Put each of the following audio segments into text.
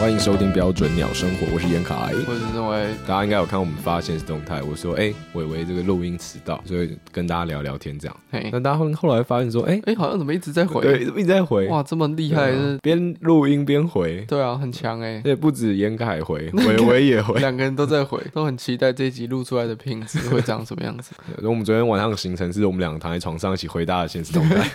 欢迎收听标准鸟生活，我是严凯。我是认为大家应该有看我们发现实动态，我说哎，伟、伟这个录音迟到，所以跟大家聊聊天这样。嘿，那大家后后来发现说，哎、哎，好像怎么一直在对，回？一直在回，哇，这么厉对啊害，是边录音边回，对啊，很强哎，对，不止严凯 回，伟伟也回。两个人都在回，都很期待这一集录出来的品质会长什么样子。 然后我们昨天晚上的行程是我们两个躺在床上一起回答的现实动 态。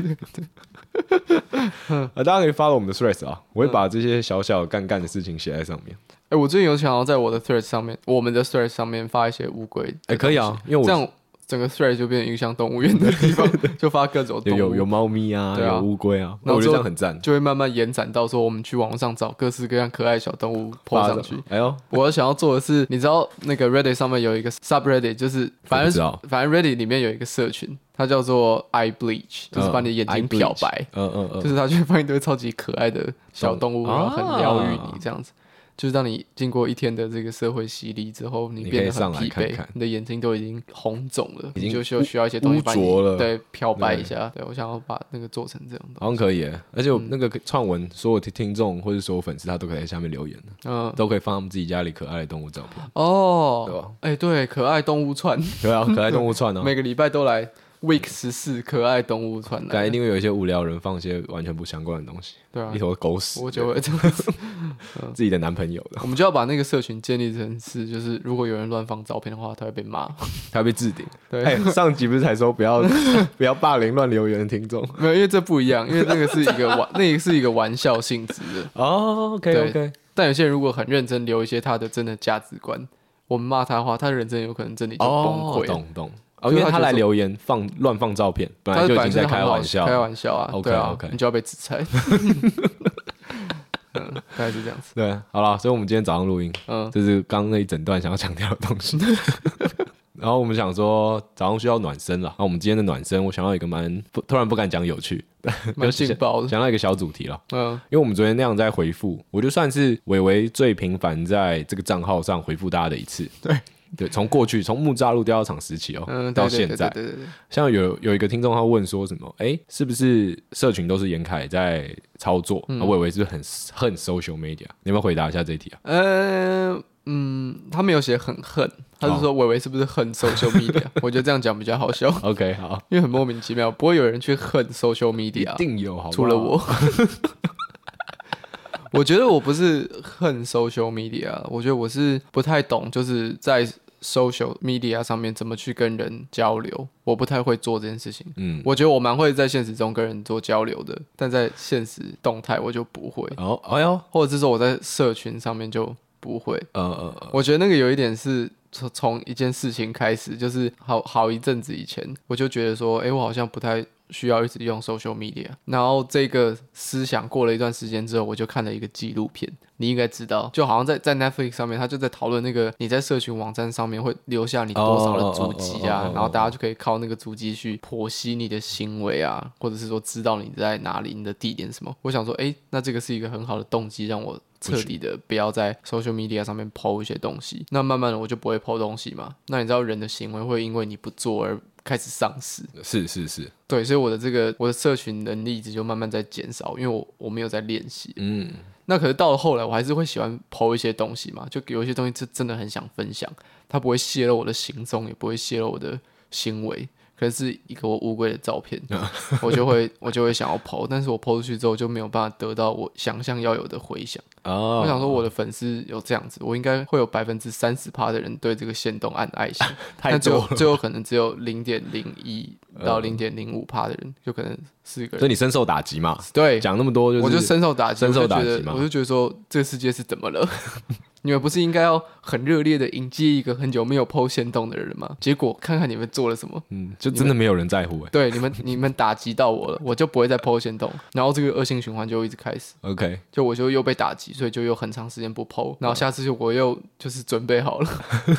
啊，大家可以 follow 我们的 threads 啊，我会嗯把这些小小干干的事情写在上面。哎，我最近有想要在我的 thread 上面，我们的 thread 上面发一些乌龟的东西，哎、可以啊，因为我这样整个 thread 就变成一个像动物园的 地方，就发各种有动有有物，猫咪啊，对啊有乌龟啊，然后我觉得这之后样很赞，就会慢慢延展到说我们去网络上找各式各样可爱小动物 po 上去。。哎呦，我想要做的是，你知道那个 Reddit 上面有一个 subreddit，就是反我不知正道反正 Reddit 里面有一个社群，它叫做 Eye Bleach，就是把你的眼睛漂白，嗯嗯嗯，就是它就会放一堆超级可爱的小动物，懂然后很疗愈啊你这样子。就是当你经过一天的这个社会洗礼之后，你你变得可以上很来疲看惫看，你的眼睛都已经红肿了，已经你就需要需要一些东西把污你浊了对漂白对一下。对我想要把那个做成这样的，好像可以耶，而且我嗯那个创文，所有听听众或者所有粉丝，他都可以在下面留言，嗯，都可以放他们自己家里可爱的动物照片。对哦吧，哎，对，可爱动物串。对啊，可爱动物 串哦。每个礼拜都来 Week 十四可爱动物传但来一，定会有一些无聊人放一些完全不相关的东西，对啊一，头狗屎，我就会这样子， 自己的男朋友 的，我们就要把那个社群建立成是，就是如果有人乱放照片的话，他会被骂。 他被置顶。对，哎，上集不是才说 不要不要霸凌乱留言的听众没有，因为这不一样，因为那个是一个 玩，那个是一个玩笑性质的。哦？OK 对 OK，但有些人如果很认真留一些他的真的价值观，我们骂他的话，他人真的有可能真的就崩哦，溃了。懂懂。哦，就因是为他他来觉得说留言放乱放照片，本来他是就已本来经就在是很开好玩笑，开玩笑啊 OK，对啊 OK 你就要被 制裁。嗯，大概是这样子。对，好了，所以我们今天早上录音，嗯，这是刚刚那一整段想要强调的东西。 然后我们想说，早上需要暖身了。啊那我们今天的暖身，我想要一个蛮不突然不敢讲有趣，蛮劲爆的。想要一个小主题了。嗯，因为我们昨天那样在回复，我就算是伟伟最频繁在这个账号上回复大家的一次。对对，从过去从木栅路雕厂时期哦，嗯，对到对现对在，对对对，像有有一个听众他问说什么，哎，是不是社群都是严凯在操作？嗯啊伟伟是不是很恨 social media？你有没有回答一下这一题啊？呃，嗯，他没有写很恨，他是说哦伟伟是不是恨 social media？我觉得这样讲比较好笑， OK，好， 因为很莫名其妙，不会有人去恨 social 一 media，啊定有，好不好，除了我。我觉得我不是恨 social media，我觉得我是不太懂，就是在 social media 上面怎么去跟人交流，我不太会做这件事情。嗯，我觉得我蛮会在现实中跟人做交流的，但在现实动态我就不会，哦，哎呦，或者是说我在社群上面就不会。呃呃呃，我觉得那个有一点是从从一件事情开始，就是好好一阵子以前，我就觉得说，哎、我好像不太需要一直用 social media。然后这个思想过了一段时间之后，我就看了一个纪录片，你应该知道，就好像在在 Netflix 上面，他就在讨论那个你在社群网站上面会留下你多少的足迹哦哦哦哦哦啊哦，然后大家就可以靠那个足迹去剖析你的行为啊，或者是说知道你在哪里，你的地点是什么。我想说，哎、那这个是一个很好的动机，让我彻底的不要在 social media 上面 PO 一些东西。那慢慢的我就不会 PO 东西嘛。那你知道人的行为会因为你不做而开始丧失，呃是是是，对，所以我的这个我的社群能力一直就慢慢在减少，因为我我没有在练习。嗯，那可是到了后来，我还是会喜欢 PO 一些东西嘛，就有一些东西是真的很想分享，它不会泄露我的行踪，也不会泄露我的行为。可能是一个我乌龟的照 片，我就会我就会想要 PO，但是我 PO 出去之后就没有办法得到我想象要有的回响。哦，我想说，我的粉丝有这样子，我应该会有百分之三十趴的人对这个限动按爱心， 太但最多后了，最后可能只有零点零一到零点零五趴的人，就可能四个所以人。你深受打击嘛？对，讲那么多就是，我就深受打击，深受打击我就觉嘛得，我就觉得说，这个世界是怎么了？ 你们不是应该要很热烈的迎接一个很久没有剖线动的人吗？结果看看你们做了什么。嗯，就真的没有人在乎哎。对，你们你们打击到我了，我就不会再剖线动，然后这个恶性循环就一直开始， OK，就我就又被打击，所以就又很长时间不剖，然后下次就我又就是准备 好了，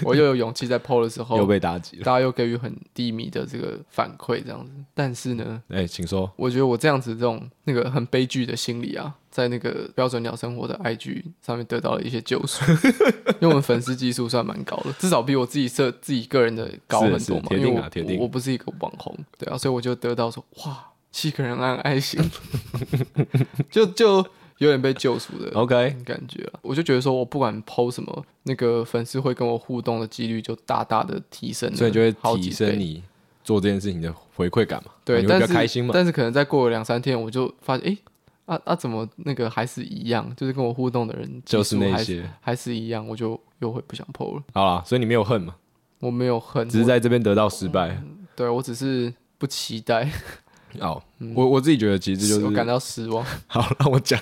我又有勇气在剖的时又候，被打击了。大家又给予很低迷的这个反馈这样子，但是呢，哎，请说。我觉得我这样子这种那个很悲剧的心理啊，在那个标准鸟生活的 IG 上面得到了一些救赎， 因为我们粉丝基数算蛮高的，至少比我自己设自己个人的高很是多嘛。是铁定啊因为我铁定我我不是一个网红， 对啊，所以我就得到说哇，七个人按爱心，就就有点被救赎的 OK，感觉啊。我就觉得说我不管 PO 什么，那个粉丝会跟我互动的几率就大大的提升了，所以就好会几提倍升你做这件事情的回馈感嘛，啊对，你会但比是较开心嘛。但是可能再过了两三天，我就发现，诶，啊啊，怎么那个还是一样？就是跟我互动的人基数就是那还些还是一样，我就又会不想 PO 了。好啦，所以你没有恨嘛，我没有恨，只是我嗯在这边得到失败。对我只是不期待，哦，我我自己觉得其实就嗯 我是感到失望。好， 让我讲，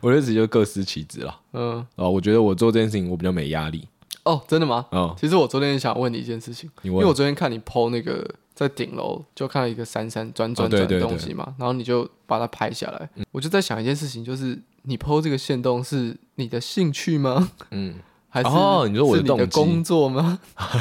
我觉得自己就各司其职啦。嗯，哦，我觉得我做这件事情我比较没压力。哦，真的吗？哦，其实我昨天也想问你一件事情，你因为我问昨天看你 PO 那个在顶楼就看到一个闪闪转转哦对嗯转的对东对西嘛，然后你就把它拍下来。我就在想一件事情，就是你 PO 这个线动是你的兴趣吗？嗯， 还是哦你说我的是你动的机工作吗？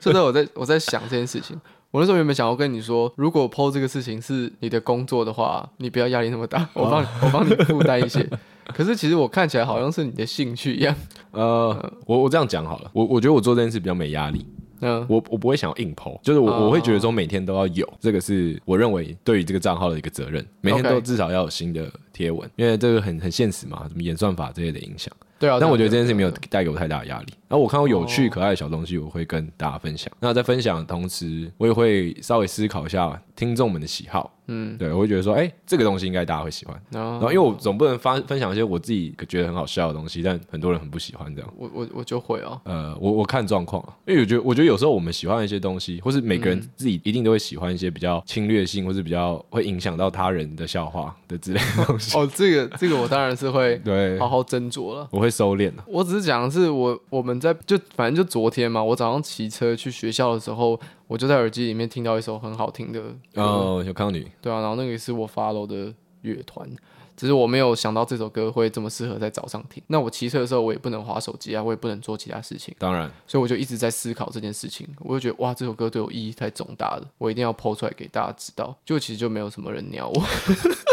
就就在我在我在想这件事情。我那时候原本想要跟你说，如果 PO 这个事情是你的工作的话，你不要压力那么大，哦我帮你我帮你负担一些。可是其实我看起来好像是你的兴趣一样。呃，我我这样讲好了，我我觉得我做这件事比较没压力，嗯， 我我不会想要硬抛，就是我、哦我会觉得说每天都要有，这个是我认为对于这个账号的一个责任，每天 OK 都至少要有新的贴文，因为这个很很现实嘛，什么演算法这些的影响。对啊。但我觉对得啊这件事情没有对啊带给我太大的压力。然后我看到有趣哦可爱的小东西，我会跟大家分享。那在分享的同时，我也会稍微思考一下听众们的喜好。嗯，对，我会觉得说，哎、这个东西应该大家会喜欢。然然后后，因为我总不能发分享一些我自己觉得很好笑的东西，但很多人很不喜欢这样。我我我就会哦。呃，我我看状况啊，因为我觉得，我觉得有时候我们喜欢的一些东西，或是每个人自己一定都会喜欢一些比较侵略性，或是比较会影响到他人的笑话的之类的东西。 哦，这个这个我当然是会对，好好斟酌了。 我会收敛啊的。我只是讲的是我我们在就反正就昨天嘛，我早上骑车去学校的时候，我就在耳机里面听到一首很好听的歌，哦，有看到你，对啊，然后那个也是我 follow 的乐团，只是我没有想到这首歌会这么适合在早上听。那我骑车的时候，我也不能划手机啊，我也不能做其他事情，当然，所以我就一直在思考这件事情。我就觉得哇，这首歌对我意义太重大了，我一定要抛出来给大家知道。就其实就没有什么人鸟我，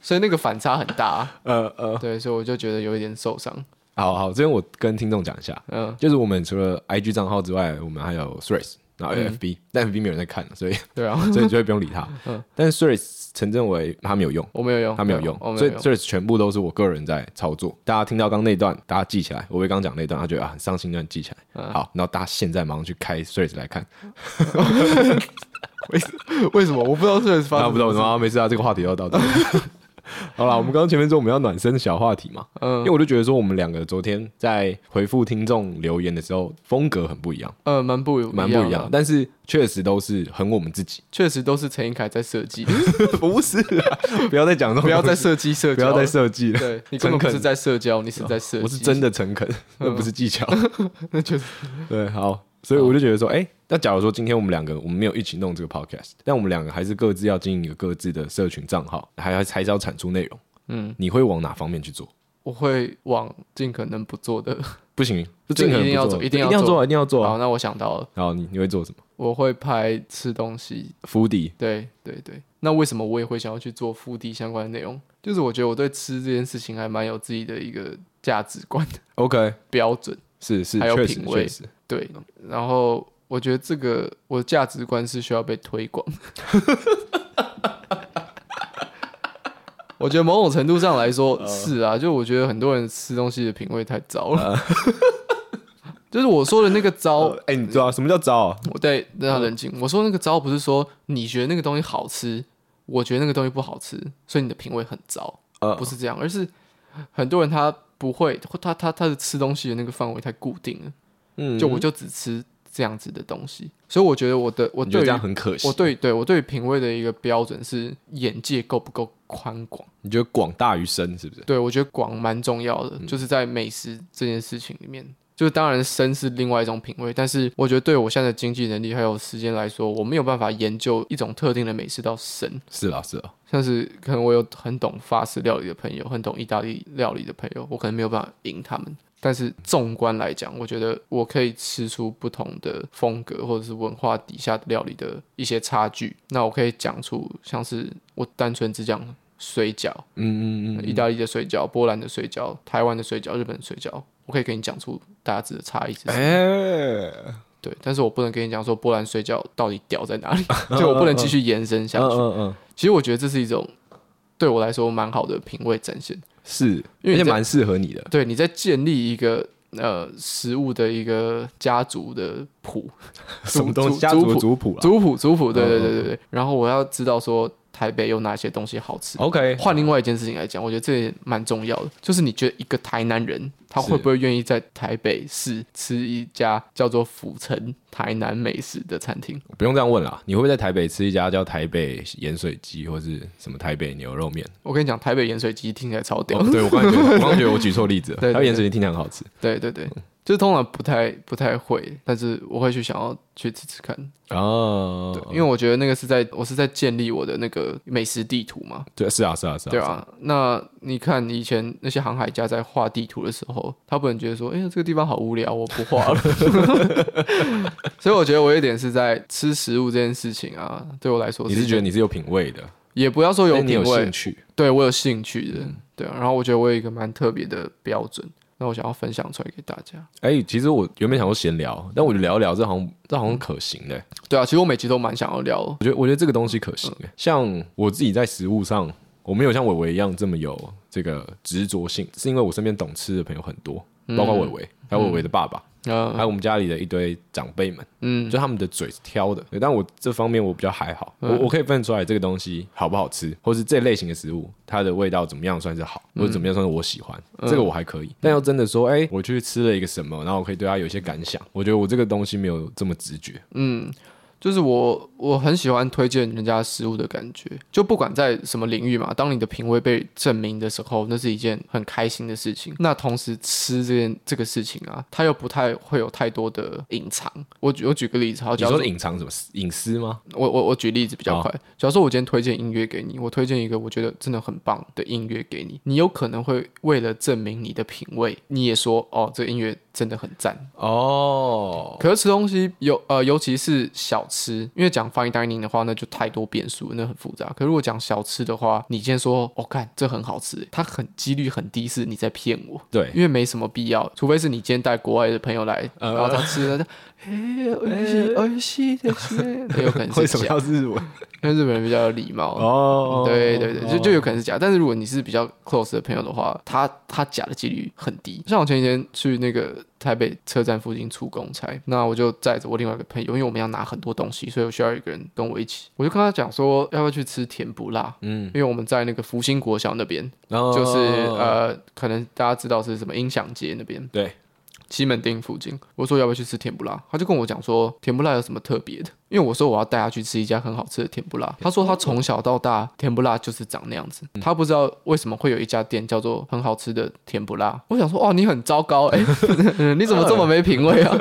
所以那个反差很大啊， 呃呃，对，所以我就觉得有一点受伤。好好，这边我跟听众讲一下，嗯，就是我们除了 IG 账号之外，我们还有 Threads，然后 FB，、但 FB 没有人在看， 所以对啊，所以你就会不用理他。嗯，但是 Threads 陈政伟他没有用，我没有用，啊哦他没有用，我没所有以用。 Threads 全部都是我个人在操作。大家听到刚那段，大家记起来，我会刚讲那段，他觉得啊很伤心，那你记起来。好，然后大家现在马上去开 Threads 来看，为什么？我不知道这是发大家生不知道为什么啊没事啊，这个话题要 到这。好啦，我们刚刚前面说我们要暖身小话题嘛，因嗯为我就觉得说我们两个昨天在回复听众留言的时候风格很不一样。呃，蛮不蛮不一样样啊的，，但是确实都是很我们自己，确实都是陈英凯在设 计，不是啊， 不要再讲这种东西，不要再设计社不交了，要再设计了，对你根诚本不恳是在社交，你是在设计。我是真的诚恳，那不是技巧，嗯 那就是 对，好，所以我就觉得说，哎，那假如说今天我们两个我们没有一起弄这个 podcast，但我们两个还是各自要经营一个各自的社群账号，还还还是要产出内容，嗯，你会往哪方面去做？我会往尽可能不做的。不行，就尽可能一定要不做做，一定要一定要做做，一定要做好，啊。那我想到了，好，你你会做什么？我会拍吃东西。伏底，对对对，那为什么我也会想要去做腹地相关的内容？就是我觉得我对吃这件事情还蛮有自己的一个价值观的 OK，标准。是是，还有确实品味确实，对，然后我觉得这个我的价值观是需要被推广。 我觉得某种程度上来说是啊，就我觉得很多人吃东西的品味太糟了，就是我说的那个糟，哎，你知道什么叫招啊？我对让他冷静。我说那个糟不是说你觉得那个东西好吃，我觉得那个东西不好吃，所以你的品味很糟，呃不是这样，而是很多人他不会，他他他的吃东西的那个范围太固定了。嗯就我就只吃这样子的东西。所以我觉得我的我你觉得这对于样很可惜我，对对我对于品味的一个标准是眼界够不够宽广。你觉得广大于深是不是？对我觉得广蛮重要的，就是在美食这件事情里面。就是当然深是另外一种品味，但是我觉得对我现在的经济能力还有时间来说，我没有办法研究一种特定的美食到深。是啦，是啦。像是可能我有很懂法式料理的朋友，很懂意大利料理的朋友，我可能没有办法赢他们。但是纵观来讲，我觉得我可以吃出不同的风格或者是文化底下的料理的一些差距。那我可以讲出像是我单纯只讲水饺，嗯嗯嗯，意大利的水饺、波兰的水饺、台湾的水饺、日本的水饺，我可以跟你讲出大致的差异是什么。哎，对，但是我不能跟你讲说波兰水饺到底屌在哪 里，就我不能继续延伸下去。嗯嗯其实我觉得这是一种对我来说蛮好的品味展现，是，因而为且你在蛮适合你的。对，你在建立一个呃食物的一个家族的谱， 什么东西？族家族族谱族谱啊啦。族谱族谱，对对嗯对对对。然后我要知道说台北有哪些东西好吃。 OK，换另外一件事情来讲，我觉得这也蛮重要的，就是你觉得一个台南人他是会不会愿意在台北市吃一家叫做府城台南美食的餐厅？不用这样问啦。你会不会在台北吃一家叫台北盐水鸡，或是什么台北牛肉面？我跟你讲，台北盐水鸡听起来超屌哦，，对我刚才觉得，我刚才觉得我举错例子了。 对对对台北盐水鸡听起来很好吃对对嗯对，就是通常不太不太会，但是我会去想要去吃吃看，哦对，因为我觉得那个是在我是在建立我的那个美食地图嘛，对，是啊，是啊，是啊，对啊，那你看以前那些航海家在画地图的时候，他不能觉得说，哎、呀，这个地方好无聊，我不画 了。 所以我觉得我有点是在吃食物这件事情啊，对我来说你是一觉得件你是有品味的，也不要说所有以你品有味兴，趣，嗯对我有兴趣的，对啊。然后我觉得我有一个蛮特别的标准，那我想要分享出来给大家。哎、其实我原本想说闲聊，但我就聊一聊，这好像这好像可行的、对啊，其实我每集都蛮想要聊，我觉得我觉得这个东西可行、欸。嗯像我自己在食物上，我没有像伟伟一样这么有这个执着性，是因为我身边懂吃的朋友很多，包嗯括伟伟，还有伟伟的爸爸，还呃，有我们家里的一堆长辈们，嗯，就他们的嘴是挑的。对但我这方面我比较还好，嗯我我可以分得出来这个东西好不好吃，或是这类型的食物它的味道怎么样算是好，嗯或者怎么样算是我喜欢，这个我还可以。但要真的说，哎、我去吃了一个什么，然后我可以对它有一些感想，我觉得我这个东西没有这么直觉。就是我我很喜欢推荐人家食物的感觉，就不管在什么领域嘛，当你的品味被证明的时候，那是一件很开心的事情。那同时吃这件这个事情啊，它又不太会有太多的隐藏。我举我举个例子，好，你哦假如说哦说隐藏什么隐私吗？我我我举例子比较好快，假如说我今天推荐音乐给你，我推荐一个我觉得真的很棒的音乐给你，你有可能会为了证明你的品味，你也说哦，这个音乐真的很赞，哦，可是吃东西有呃，尤其是小吃，因为讲 fine dining 的话，那就太多变数，那很复杂。可如果讲小吃的话，你今天说哦，看这很好吃，它很几率很低，是你在骗我，对，因为没什么必要，除非是你今天带国外的朋友来，呃然后他吃了，哎，我西我西的是，也有可能为什是么假，要日文？因为日本人比较有礼貌。哦对对对，就就有可能是假。但是如果你是比较 close 的朋友的话，他他假的几率很低。像我前几天去那个台北车站附近出公差，那我就载着我另外一个朋友，因为我们要拿很多东西，所以我需要一个人跟我一起。我就跟他讲说，要不要去吃甜不辣？嗯，因为我们在那个福星国小那边，然后就是、呃，可能大家知道是什么音响街那边，对，西门町附近。我说要不要去吃甜不辣？他就跟我讲说甜不辣有什么特别的？因为我说我要带他去吃一家很好吃的甜不辣，他说他从小到大甜不辣就是长那样子，嗯他不知道为什么会有一家店叫做很好吃的甜不辣。我想说哇，你很糟糕哎、 你怎么这么没品味 啊？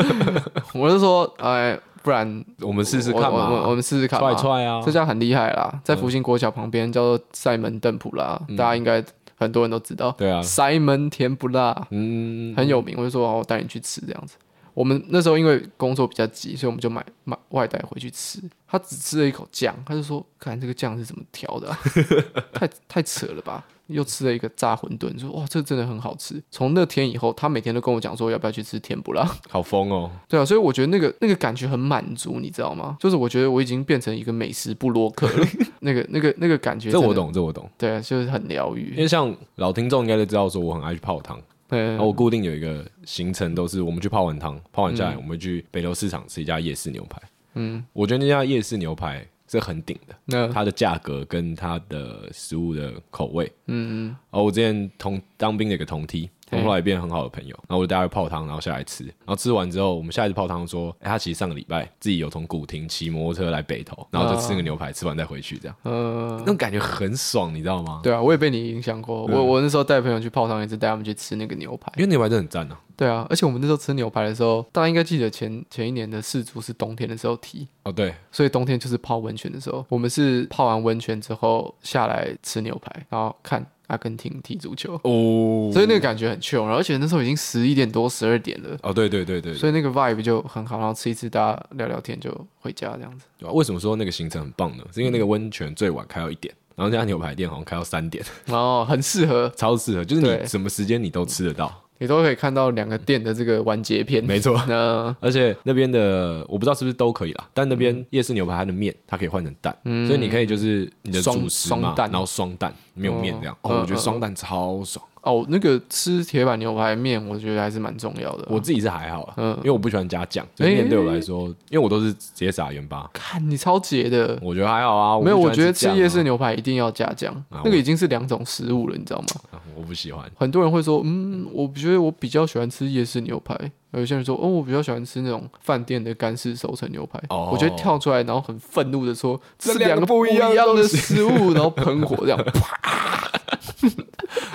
我就说哎，不然我们试试看我我我嘛，我们试试看嘛，踹踹啊这，家很厉害啦，在福星国小旁边叫做塞门邓普拉，嗯大家应该很多人都知道。对啊塞门甜不辣嗯，很有名，我就说哦我带你去吃这样子。我们那时候因为工作比较急，所以我们就买买外带回去吃。他只吃了一口酱，他就说：“看这个酱是怎么调的啊、 太太扯了吧！”又吃了一个炸馄饨，说：“哇，这真的很好吃。”从那天以后，他每天都跟我讲说要不要去吃甜不辣。 好疯哦，对啊，所以我觉得那个那个感觉很满足，你知道吗？就是我觉得我已经变成一个美食布洛克了， 那个那个那个感觉，这我。懂，这我懂。对啊，就是很疗因愈。为像老听众应该都知道，说我很爱去泡汤，嗯然后我固定有一个行程，都是我们去泡完汤，泡完下来，我们去北流市场吃一家夜市牛排。嗯，我觉得那家夜市牛排是很顶的，那它的价格跟它的食物的口味，嗯嗯哦，我之前同当兵的一个同梯，我嘿们后来变很好的朋友，然后我就带他去泡汤，然后下来吃，然后吃完之后，我们下一次泡汤说，哎，他其实上个礼拜自己有从古亭骑摩托车来北投，然后就吃哦个牛排，吃完再回去，这样呃，那种感觉很爽，你知道吗？对啊，我也被你影响过。啊我我那时候带朋友去泡汤，也是带他们去吃那个牛排。因为牛排真的很赞啊！对啊，而且我们那时候吃牛排的时候，大家应该记得前前一年的世足是冬天的时候提，哦，对，所以冬天就是泡温泉的时候。我们是泡完温泉之后下来吃牛排，然后看阿根廷踢足球，哦，所以那个感觉很 chill。然后而且那时候已经十一点多、十二点了。哦，对对对对对所以那个 vibe 就很好，然后吃一吃，大家聊聊天就回家这样子。对啊为什么说那个行程很棒呢？是因为那个温泉最晚开到一点，嗯然后那家牛排店好像开到三点， 然后很适合，超适合，就是对你什么时间你都吃得到，你都可以看到两个店的这个完结篇。没错。那而且那边的我不知道是不是都可以啦，但那嗯边夜市牛排它的面它可以换成蛋，所以你可以就是你的双主食嘛嗯双蛋然后双蛋没有面这样，嗯哦，嗯我觉得双蛋超爽，哦哦，那个吃铁板牛排面，我觉得还是蛮重要的啊、我自己是还好啦，嗯因为我不喜欢加酱，所以面对我来说，因为我都是直接撒盐巴，看你超解的，我觉得还好啊。没有，我我不喜觉欢得吃吃酱啊夜市牛排一定要加酱，啊那我个已经是两种食物了，你知道吗？啊 我不喜欢。很多人会说，嗯，我觉得我比较喜欢吃夜市牛排。有些人说，哦，我比较喜欢吃那种饭店的干式熟成牛排。哦我觉得跳出来，然后很愤怒的说，这是两两个个不不一一样的样的东西食物，然后喷火 这样，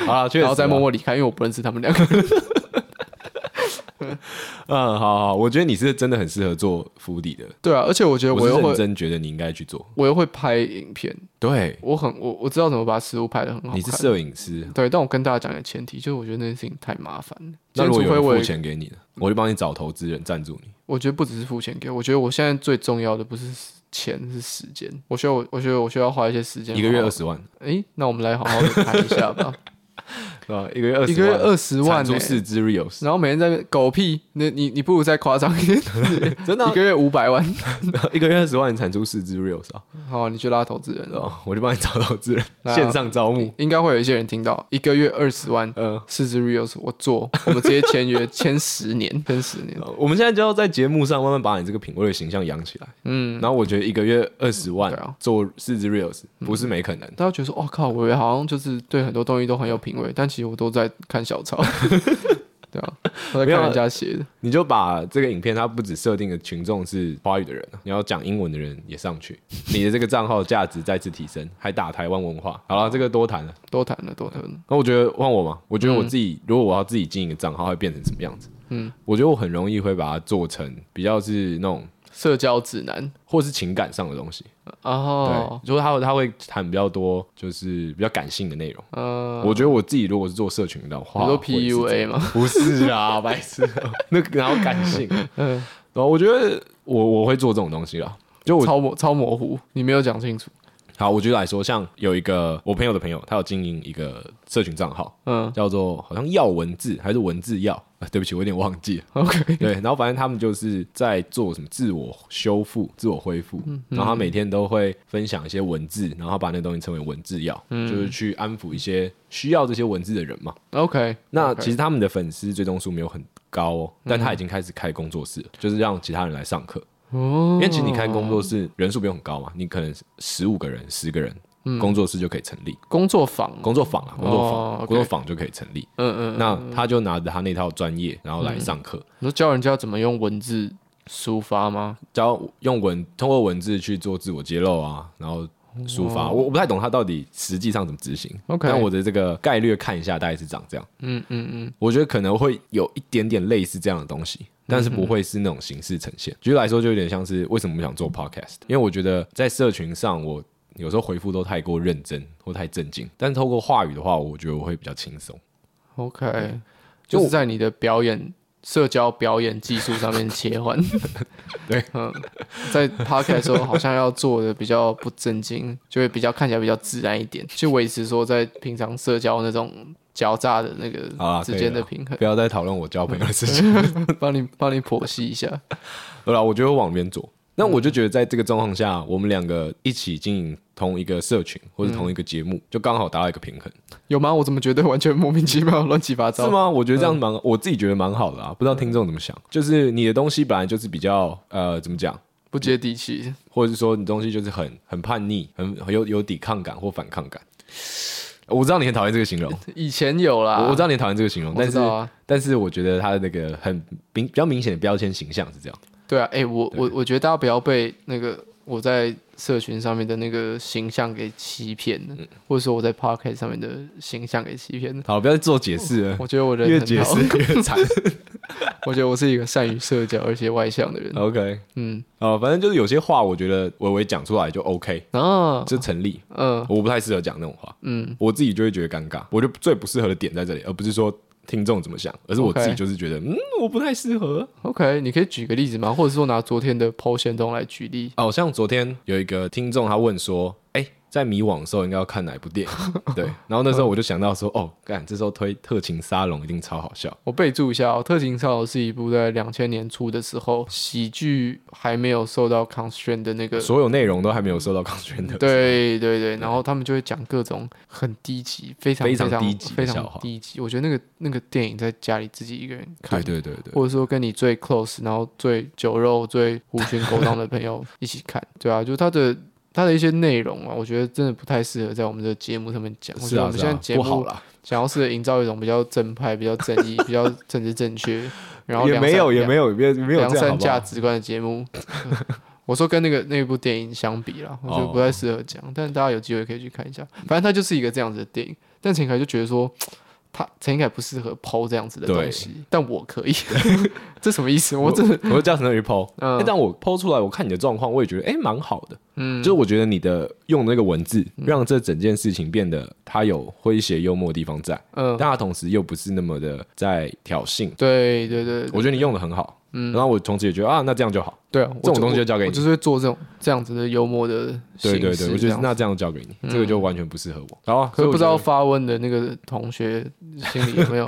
好了，确实啊，然后再默默离开，因为我不认识他们两个。 嗯，好好好，我觉得你是真的很适合做府邸的，对啊，而且我觉得我我是又认会，真觉得你应该去做。我又会拍影片，对，我很我我知道怎么把食物拍的很好你是看。摄影师，对，但我跟大家讲一个前提，就是我觉得那件事情太麻烦了。那如果有今天除非我嗯人有付钱给你呢，我就帮你找投资人赞助你。我觉得不只是付钱给我，我觉得我现在最重要的不是钱，是时间。我需要，我觉得我需要花一些时间。一个月好二好，十万，哎，那我们来好好的谈一下吧。对吧？一个月 二啊一个月二十万、出欸，四支 reels，然后每天在那边狗屁，那你你不如再夸张一点， 真的一个月五百万，啊， 一个月二十万，你产出四支 reels 啊，好，你去拉投资人然了。后 我就帮你找投资人，啊来啊线上招募。应该会有一些人听到，一个月二十万，呃，四支 reels 我做，我们直接 签约，签十年，签十年。我们现在就要在节目上慢慢把你这个品味的形象养起来。嗯，然后我觉得一个月二十万对啊嗯做四支 reels 不是没可能。大家觉得说，哦靠，我好像就是对很多东西都很有品味，但其实我都在看小 抄，对啊， 我在没有看啊人家写的。你就把这个影片，它不只设定的群众是华语的人，你要讲英文的人也上去，你的这个账号价值再次提升，还打台湾文化。好了，这个多谈了。多谈了，多谈了。那我觉得换我嘛，我觉得我自嗯己、如果我要自己经营一个账号，会变成什么样子？嗯，我觉得我很容易会把它做成比较是那种社交指南或是情感上的东西。哦，对，就是他他会谈比较多，就是比较感性的内容。呃，我觉得我自己如果是做社群的话，你说会是这样 PUA 吗？ 不是啊，白痴， 那个然后感性，嗯，然后我觉得我我会做这种东西啦。就我超模超模糊，你没有讲清楚。好，我举例来说，像有一个我朋友的朋友，他有经营一个社群账号，嗯叫做好像药文字还是文字药、 啊，对不起，我有点忘 记了。 ，OK，对，然后反正他们就是在做什么自我修复、自我恢复，嗯然后他每天都会分享一些文字，然后他把那个东西称为文字药，嗯就是去安抚一些需要这些文字的人嘛。 OK，那 OK 嗯其实他们的粉丝追踪数没有很高哦，但他已经开始开工作室了，就是让其他人来上课。哦因，为其实你开工作室人数不用很高嘛，你可能十五个人、十个人，工作室就可以成立，工作坊，工作坊啊，工作嗯哦坊， ，OK 工作坊就可以成立。嗯嗯，嗯那他就拿着他那套专业，然后来上课，你说教人家怎么用文字抒发吗？教用文通过文字去做自我揭露啊，然后。抒发，我我不太懂他到底实际上怎么执行。哦 OK 但我的这个概略看一下，大概是长这样。嗯嗯嗯，我觉得可能会有一点点类似这样的东西，但是不会是那种形式呈现。举例来说，就有点像是为什么我想做 podcast，因为我觉得在社群上我。有时候回复都太过认真或太震惊，但透过话语的话，我觉得我会比较轻松。 OK，就就是在你的表演、社交表演技术上面切换。 对，嗯，在 podcast 的时候好像要做的比较不正经，就会比较看起来比较自然一点，去维持说在平常社交那种狡诈的那好啦啊可个啊之以间的了平衡，不要再讨论我交朋友的事 情，帮你帮你剖析一下。对啦，我觉得会往里面走。那我就觉得在这个状况下，我们两个一起经营同一个社群或者同一个节目，就刚好达到一个平衡，有吗？我怎么觉得完全莫名其妙、乱七八糟？是？吗？嗯我觉得这样蛮，我自己觉得蛮好的啊。不知道听众怎么想？就是你的东西本来就是比较呃，怎么讲？不接地气。或者是说你东西就是很很叛逆，很很有有抵抗感或反抗感。我知道你很讨厌这个形容，以前有啦，我我知道你很讨厌这个形容，啊我但知是、道啊。但是我觉得他的那个很明比较明显的标签形象是这样。对啊，哎、我我我觉得大家不要被那个我在社群上面的那个形象给欺骗了，嗯或者说我在 p o c k e t 上面的形象给欺骗了。好，不要再做解释了，我觉得我人越很解好释，越 惨。我觉得我是一个善于社交而且外向的 人。 OK，嗯，哦，反正就是有些话，我觉得微微讲出来就 OK，啊，这成立。嗯我不太适合讲那种话，嗯，我自己就会觉得尴尬。我就最不适合的点在这里，而不是说听众怎么想，而是我 OK 自己就是觉得嗯，我不太适合。 ，OK，你可以举个例子吗？或者说拿昨天的 PO 线动来举例。哦，像昨天有一个听众他问说，哎、在迷惘的时候应该要看哪一部电影？ 对，然后那时候我就想到说，哦，干，这时候推《特勤沙龙》一定超好笑。我备注一下哦，《特勤超人》是一部在两千年初的时候，喜剧还没有受到 constraint 的那个。所有内容都还没有受到康轩的，对对对，然后他们就会讲各种很低级、非常非常常低级的非笑常话低级。我觉得那个那个电影在家里自己一个人看对，对对对，或者说跟你最 close，然后最酒肉、最狐群狗党的朋友一起看，对啊，就他的他的一些内容啊，我觉得真的不太适合在我们的节目上面讲。我是觉得我啊们是现在啊，节不好目啦，想要是营造一种比较正派、比较正义、比较政治正 确，然后也没有也没有有也没有良这样好善不好价值观的节目。我说跟那个那部电影相比啦，我觉得不太哦适合讲，但大家有机会可以去看一下。反正它就是一个这样子的电影，但陈凯就觉得说，他陈凯不适合剖这样子的对东西，但我可 以，这什么意思？我真的我就叫陈德宇剖，嗯欸但我剖出来，我看你的状况，我也觉得哎蛮、好的，嗯，就是我觉得你的用那个文字，嗯让这整件事情变得它有诙谐幽默的地方在，嗯，但它同时又不是那么的在挑衅，对对对我觉得你用的很好，嗯，然后我从此也觉得啊，那这样就好，对啊，我这种就东西就交给我你就是会做这种这样子的幽默的对形对式对，我这觉得样子那这样交给你，这个就完全不适合我，然后可是不知。所以我觉得道发问的那个同学心里有 没有，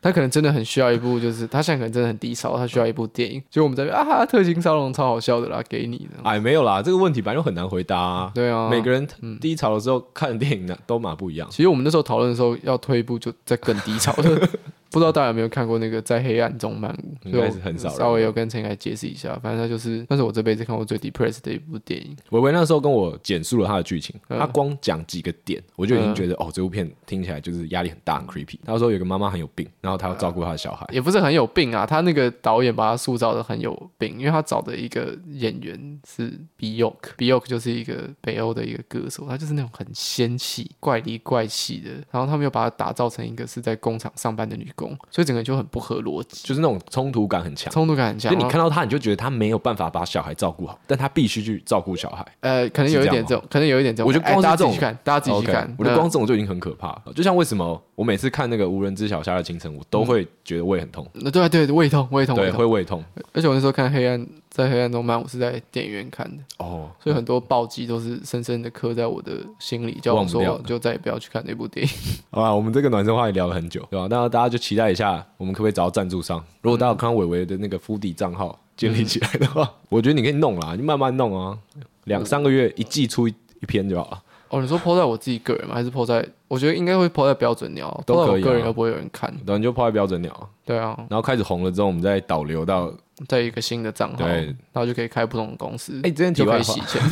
他可能真的很需要一部，就是他现在可能真的很低潮，他需要一部电影。就我们在那边啊，特勤沙龙超好笑的啦，给你的。哎，没有啦，这个问题本来就很难回答、啊。对啊，每个人低潮的时候看的电影呢，都蛮不一样。其实我们那时候讨论的时候，要推一部就在更低潮 的。不知道大家有没有看过那个《在黑暗中漫舞》？应所以该我是很少人稍微有跟陈凯解释一下，反正他就是，那是我这辈子看过最 depressed 的一部电影。维维那时候跟我简述了他的剧情，嗯他光讲几个点，我就已经觉得、哦，这部片听起来就是压力很大，很嗯 creepy。他说有个妈妈很有病，然后他要照顾他的小孩，也不是很有病啊，他那个导演把他塑造的很有病，因为他找的一个演员是 Bjork，Bjork 就是一个北欧的一个歌手，他就是那种很仙气、怪里怪气的，然后他们又把他打造成一个是在工厂上班的女工，所以整个就很不合逻辑，就是那种冲突感很强。冲突感很就强。你然后看到他，你就觉得他没有办法把小孩照顾好，但他必须去照顾小孩。呃，可能有一点这种，可能有一点这种，我觉得哎光是大家自这己种去看，大家自己去 OK，看。我觉得嗯光这种就已经很可怕了。就像为什么我每次看那个无人知晓下的清晨，我都会觉得胃很痛，那对啊对，胃痛胃痛胃对，痛，会胃痛。而且我那时候看黑暗在黑暗中漫，我是在电影院看的。哦，所以很多暴击都是深深的刻在我的心里，叫我忘不掉说的就再也不要去看那部电影。 好吧，我们这个暖身话也聊了很久，对吧、那大家就期待一下，我们可不可以找到赞助商？如果大家有看到伟伟的那个敷底账号建立起来的话，嗯 我觉得你可以弄啦，你慢慢弄啊，两三个月一季出一一篇就好了。哦，你说抛在我自己个人吗？还是抛在？我觉得应该会抛在标准鸟，都抛可以在我啊个人又不会有人看。然后你就抛在标准鸟，对啊，然后开始红了之后，我们再导流到在一个新的账号，对然后就可以开不同的公司，哎，之前题就可外以话洗，钱。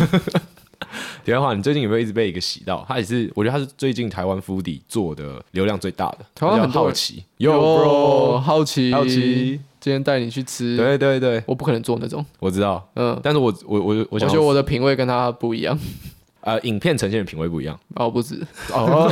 题外话，你最近有没有一直被一个洗到？他也是，我觉得他是最近台湾敷底做的流量最大的，台湾他叫很多人好奇 有 bro，好奇，好奇，今天带你去吃，对对对，我不可能做那种。我知道，嗯，但是我我我我我觉想得我的品味跟他不一样，呃，影片呈现的品味不一样。哦，不止。哦，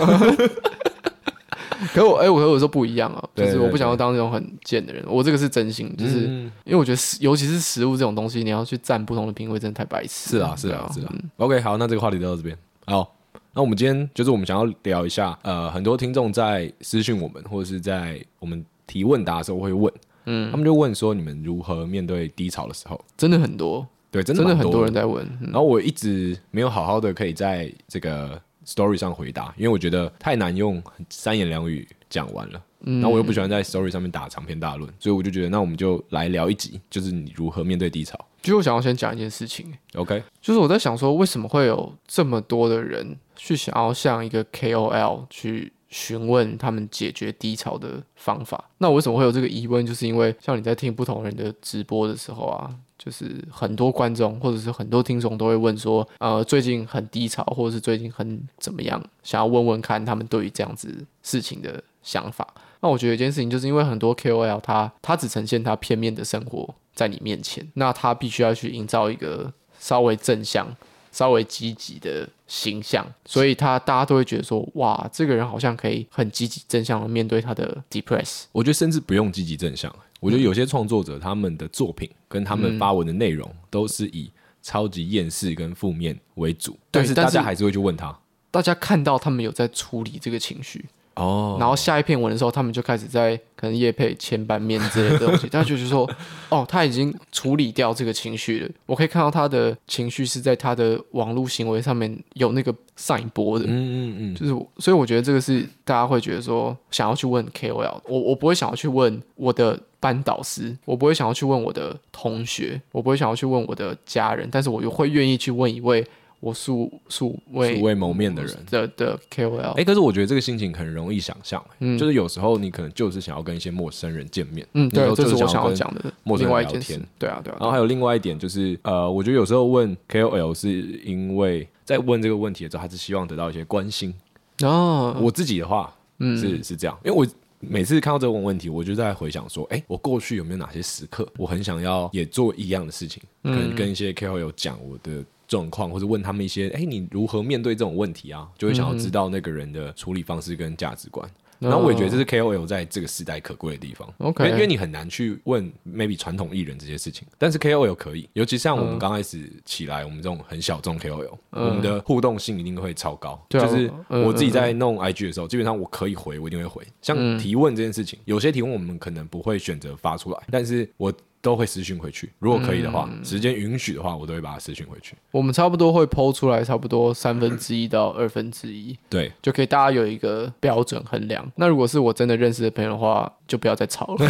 可我哎，我和我说不一样啊，就对是对我不想对要当那种很贱的人，我这个是真心，就是。嗯因为我觉得食，尤其是食物这种东西，你要去占不同的品味，真的太白 痴是了。啊，是啊，是对嗯啊。OK，好，那这个话题就到这边。好，那我们今天就是我们想要聊一下，呃，很多听众在私讯我们，或者是在我们提问答的时候会问，嗯，他们就问说你们如何面对低潮的时候？真的很多，对，真真的哦的蛮很多多人在问。嗯然后我一直没有好好的可以在这个 story 上回答，因为我觉得太难用三言两语讲完了。嗯然后我又不喜欢在 story 上面打长篇大论，所以我就觉得，那我们就来聊一集，就是你如何面对低潮。其实我想要先讲一件事情， OK，就是我在想说，为什么会有这么多的人去想要向一个 KOL 去询问他们解决低潮的方法？那我为什么会有这个疑问？就是因为像你在听不同人的直播的时候啊。就是很多观众或者是很多听众都会问说，呃，最近很低潮，或者是最近很怎么样，想要问问看他们对于这样子事情的想法。那我觉得一件事情，就是因为很多 KOL 他他只呈现他片面的生活在你面前，那他必须要去营造一个稍微正向、稍微积极的形象，所以他大家都会觉得说，哇，这个人好像可以很积极正向的面对他的 depress。我觉得甚至不用积极正向，啊我觉得有些创作者他们的作品跟他嗯们发文的内容都是以超级厌世跟负面为主，但是但大是家还是会去问他。大家看到他们有在处理这个情绪，哦，然后下一篇文的时候，他们就开始在可能叶配前版面之类的东西，他就觉得说，哦，他已经处理掉这个情绪了。我可以看到他的情绪是在他的网络行为上面有那个散播的，嗯嗯嗯，就是我所以我觉得这个是大家会觉得说想要去问 KOL，我我不会想要去问我的班导师，我不会想要去问我的同学，我不会想要去问我的家人，但是我又会愿意去问一位我素素素未未谋面的人。的的 KOL。哎、可是我觉得这个心情很容易想象、就是有时候你可能就是想要跟一些陌生人见面，嗯，对有，时这候是就是我想想要跟讲的陌生另人外一聊件事天。对啊，对啊然，后还有另外一点就是，呃，我觉得有时候问 KOL 是因为在问这个问题的时候，他是希望得到一些关心。然后我自己的话，嗯是是这样，因为我每次看到这个问题，我就在回想说，哎、我过去有没有哪些时刻，我很想要也做一样的事情，可嗯能跟一些 KOL 讲我的。状况，或者问他们一些，哎、你如何面对这种问题啊？就会想要知道那个人的处理方式跟价值观。嗯然后我也觉得这是 KOL 在这个时代可贵的地方。哦 OK 因为因为你很难去问 maybe 传统艺人这些事情，但是 KOL 可以，尤其像嗯我们刚开始起来，我们这种很小众 KOL，、我们的互动性一定会超高。对啊就是嗯嗯我自己在弄 IG 的时候，基本上我可以回，我一定会回。像提问这件事情，有些提问我们可能不会选择发出来，但是我。都会私讯回去，如果可以的嗯话，时间允许的话，我都会把它私讯回去。我们差不多会剖出来，差不多三分之一到二分之一，对，就可以大家有一个标准衡量。那如果是我真的认识的朋友的话，就不要再 吵了，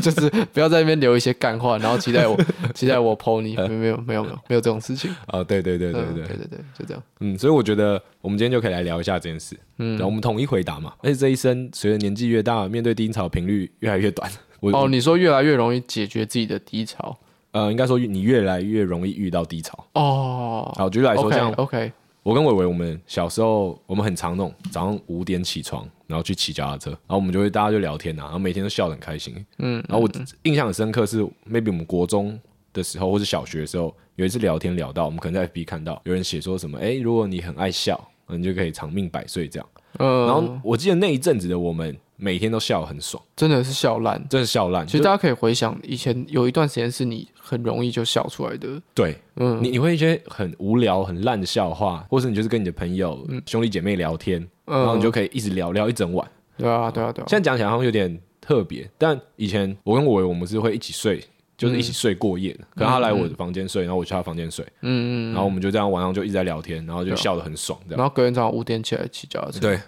就是不要在那边留一些干话，然后期 待我期待我剖你，没有没有没有没有没有这种事情。啊、对对对对嗯对，对对对，就这样。嗯，所以我觉得我们今天就可以来聊一下这件事。嗯，然后我们统一回答嘛。而且这一生随着年纪越大，面对低潮频率越来越短。我、哦，你说越来越容易解决自己的低潮呃，应该说你越来越容易遇到低潮。哦。好，举例来说， OK 像 OK，我跟伟伟，我们小时候我们很常弄，早上五点起床，然后去骑脚踏车，然后我们就会大家就聊天啊，然后每天都笑得很开心。嗯，然后我印象很深刻是，maybe 我们国中的时候或是小学的时候，有一次聊天聊到，我们可能在 FB 看到有人写说什么，哎、如果你很爱笑，你就可以长命百岁这样。嗯，然后我记得那一阵子的我们，每天都笑得很爽，真的是笑烂。真的笑烂。其嗯就实大家可以回想，以前有一段时间是你很容易就笑出来的，对，嗯你你会一些很无聊、很烂的笑话，或是你就是跟你的朋友、兄弟姐妹聊天，嗯然后你就可以一直聊聊一整晚。对啊，对啊，对啊，现在讲起来好像有点特别，但以前我跟我我们是会一起睡，就是一嗯起睡过夜的。可能他来我的房间睡，然后我去他房间睡，嗯嗯，啊然后我们就这样晚上就一直在聊天，然后就笑得很爽，这然样后隔天早上五点起来骑脚踏车，对，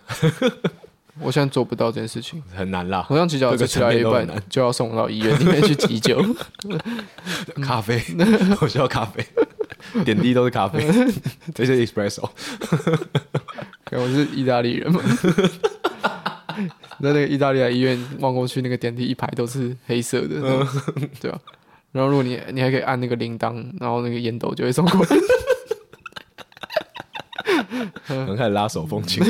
我现在做不到这件事情，很难啦我。想骑脚踏各个车骑到一层面都很半就要送到医院里面去急 救， 咖 啡，我需要咖啡， 点滴都是咖啡，这些 espresso。我是意大利人嘛。 在那个意大利的医院望过去，那个电梯一排都是黑色的，嗯对啊。然后如果你你还可以按那个铃铛，然后那个烟斗就会送过来。 可能开始拉手风琴。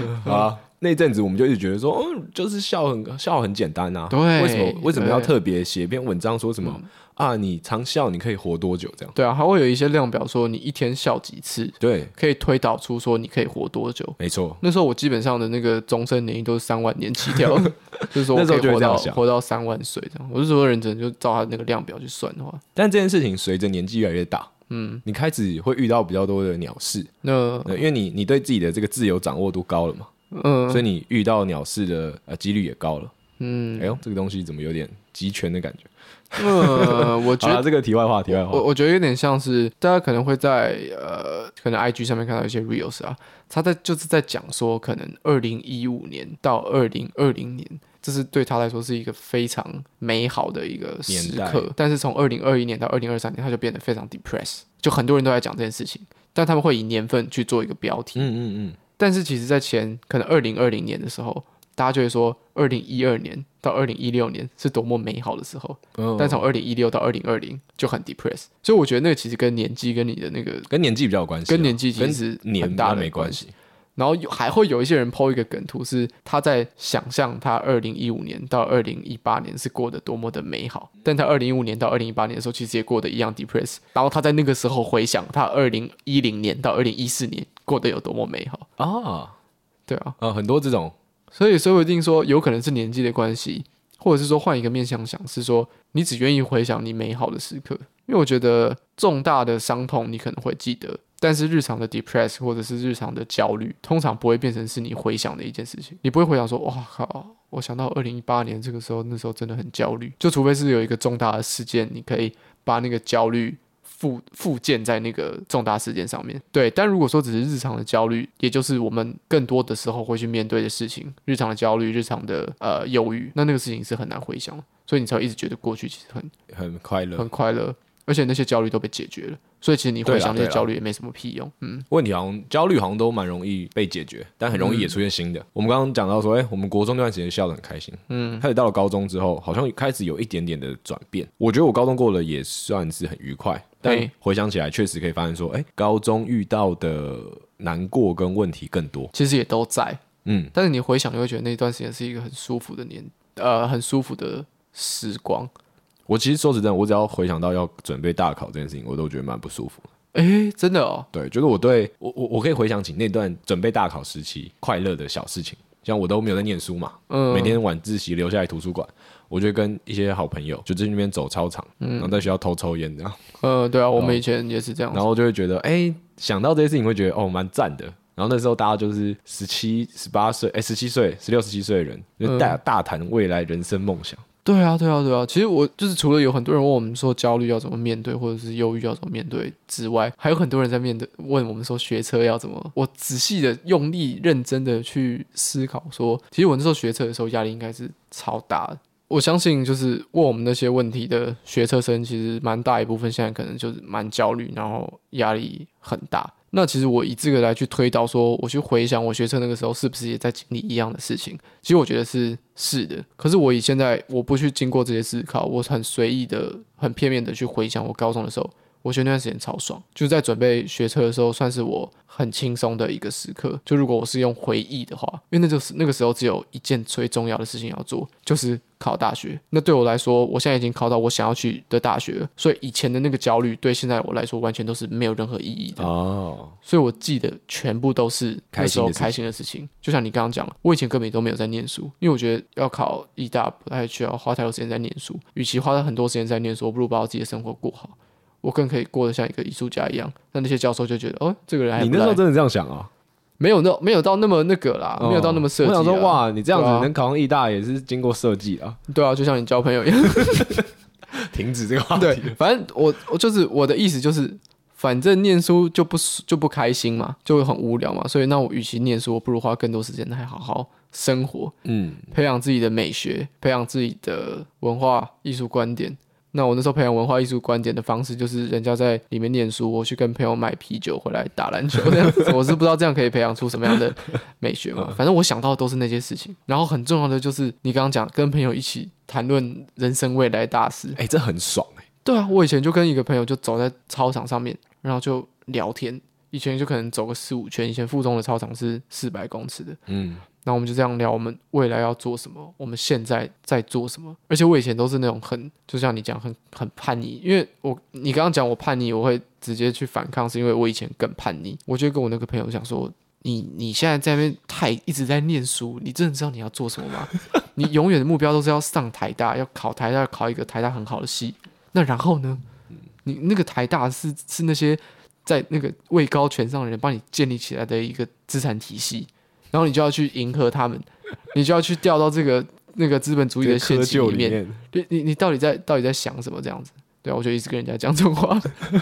嗯 好啊，那阵子我们就一直觉得说，嗯，就是笑很笑很简单啊，对为什么为什么要对嗯特别写一篇文章说什么啊？你常笑，你可以活多久？这样对啊，还会有一些量表说你一天笑几次，对，可以推导出说你可以活多久。没错，那时候我基本上的那个终身年龄都是三万年起 跳，就是说我那时可候以就会活这样到想活到三万岁这样。我是说认真，就照他那个量表去算的话，但这件事情随着年纪越来越大。嗯，你开始会遇到比较多的鸟事，呃那对因为你你对自己的这个自由掌握度高了嘛，嗯所以你遇到鸟事的呃几率也高了。嗯哎呦，这个东西怎么有点集权的感觉？呃，我觉 好啊啦得。这个题外话，题外我话，我觉得有点像是呃大家可能会在呃，可能 IG 上面看到一些 reels 啊，他在就是在讲说，可能二零一五年到二零二零年，这是对他来说是一个非常美好的一个时年代刻。但是从二零二一年到二零二三年，他就变得非常 depressed，就很多人都在讲这件事情，但他们会以年份去做一个标题。嗯嗯嗯，但是其实，在前可能二零二零年的时候，大家就会说二零一二年到二零一六年是多么美好的时候，嗯但从二零一六到二零二零就很 depress。所以我觉得那个其实跟年纪跟你的那个。跟年纪比较有关系啊，跟年纪其跟实是年很大那的没关关系。然后有还会有一些人抛一个梗图，是他在想象他二零一五年到二零一八年是过得多么的美好，但他二零一五年到二零一八年的时候，其实也过得一样 depress。然后他在那个时候回想他二零一零年到二零一四年过得有多么美好，啊，对啊，呃，很多这种，所以说不定说有可能是年纪的关系，或者是说换一个面向想，是说你只愿意回想你美好的时刻，因为我觉得重大的伤痛你可能会记得，但是日常的 depress 或者是日常的焦虑，通常不会变成是你回想的一件事情，你不会回想说哇靠。我想到二零一八年这个时候，那时候真的很焦虑，就除非是有一个重大的事件，你可以把那个焦虑附附件在那个重大事件上面。对，但如果说只是日常的焦虑，也就是我们更多的时候会去面对的事情，日常的焦虑、日常的呃忧郁，那那个事情是很难回想的，所以你才会一直觉得过去其实很很快乐很。快乐，而且那些焦虑都被解决了，所以其实你对回啦想那些对啦焦虑也没什么屁用。嗯，问题好像焦虑好像都蛮容易被解决，但很容易也出现新的。我们刚刚讲到说，哎、我们国中那段时间笑得很开心，嗯，开始到了高中之后，好像开始有一点点的转变。我觉得我高中过得也算是很愉快，但对回想起来，确实可以发现说，哎、高中遇到的难过跟问题更多。其实也都在，嗯，但是你回想，你会觉得那段时间是一个很舒服的年，呃，很舒服的时光。我其实说实在，我只要回想到要准备大考这件事情，我都觉得蛮不舒服的。诶，真的哦，对，就是我对我我我可以回想起那段准备大考时期快乐的小事情，像我都没有在念书嘛，嗯每天晚自习留下来图书馆，我就跟一些好朋友就在那边走操场，嗯然后在学校偷抽烟这样，呃，对啊，我哦们以前也是这样子然。后就会觉得哎、想到这些事情会觉得哦蛮赞的。然后那时候大家就是十七、十八岁，哎，十七岁、十六、十七岁的人，就大、嗯大谈未来人生梦想。对啊，对啊，对啊。其实我就是除了有很多人问我们说焦虑要怎么面对，或者是忧郁要怎么面对之外，还有很多人在面对问我们说学车要怎么。我仔细的、用力、认真的去思考说，其实我那时候学车的时候压力应该是超大的。我相信，就是问我们那些问题的学车生，其实蛮大一部分现在可能就是蛮焦虑，然后压力很大。那其实我以这个来去推导说，我去回想我学车那个时候是不是也在经历一样的事情。其实我觉得是是的，可是我以现在我不去经过这些思考，我很随意的、很片面的去回想我高中的时候，我觉得那段时间超爽，就是在准备学车的时候，算是我很轻松的一个时刻。就如果我是用回忆的话，因为那就是那个时候只有一件最重要的事情要做，就是考大学。那对我来说，我现在已经考到我想要去的大学了，所以以前的那个焦虑对现在我来说完全都是没有任何意义的。哦，所以我记得全部都是那时候开开心的事情。就像你刚刚讲了，我以前根本都没有在念书，因为我觉得要考艺大不太需要花太多时间在念书，与其花很多时间在念书，我不如把我自己的生活过好，我更可以过得像一个艺术家一样。那那些教授就觉得，哦，这个人还你不那时候赖真的这样想啊？哦没有那没有到那么那个啦，没有到那么设计我啦。想说，哇，你这样子对啊能考上艺大也是经过设计啊。 对啊，就像你交朋友一样。停止这个话题。对，反正我我就是我的意思就是，反正念书就不舒就不开心嘛，就会很无聊嘛，所以那我与其念书，我不如花更多时间来好好生活，嗯，培养自己的美学，培养自己的文化艺术观点。那我那时候培养文化艺术观点的方式，就是人家在里面念书，我去跟朋友买啤酒回来打篮球这样子。 我是不知道这样可以培养出什么样的美学嘛。反正我想到的都是那些事情。然后很重要的就是你刚刚讲跟朋友一起谈论人生未来大事，哎、这很爽哎、对啊，我以前就跟一个朋友就走在操场上面，然后就聊天。以前就可能走个四五圈，以前附中的操场是四百公尺的，嗯，然后我们就这样聊我们未来要做什么，我们现在在做什么。而且我以前都是那种很，就像你讲，很很叛逆，因为我你刚刚讲我叛逆，我会直接去反抗，是因为我以前更叛逆。我就跟我那个朋友讲说，你你现在在那边太一直在念书，你真的知道你要做什么吗？ 你永远的目标都是要上台大，要考台大，考一个台大很好的系。那然后呢？你那个台大是是那些在那个位高权上的人帮你建立起来的一个资产体系，然后你就要去迎合他们， 你就要去掉到这个那个资本主义的这陷个窠阱臼里面。面，你你你到底在到底在想什么这样子？对啊，我就一直跟人家讲这种话。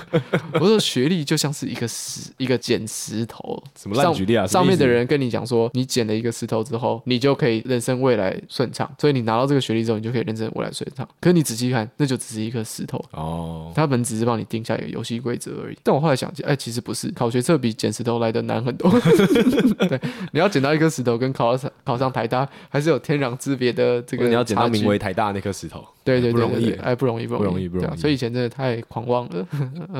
我说学历就像是一个石一个捡石头，什么烂举例啊？上上面什的么意思人跟你讲说，你捡了一个石头之后，你就可以人生未来顺畅。所以你拿到这个学历之后，你就可以人生未来顺畅。可是你仔细看，那就只是一颗石头，哦，他们只是帮你定下一个游戏规则而已。但我后来想，哎、其实不是，考学测比捡石头来的难很 多。对，你要捡到一颗石头，跟考上考上台大还是有天壤之别的这个你要捡到差距名为台大那颗石头，对对对不容对易欸对哎，不容易，不不容容易不对啊容易所以以前真的太狂妄了。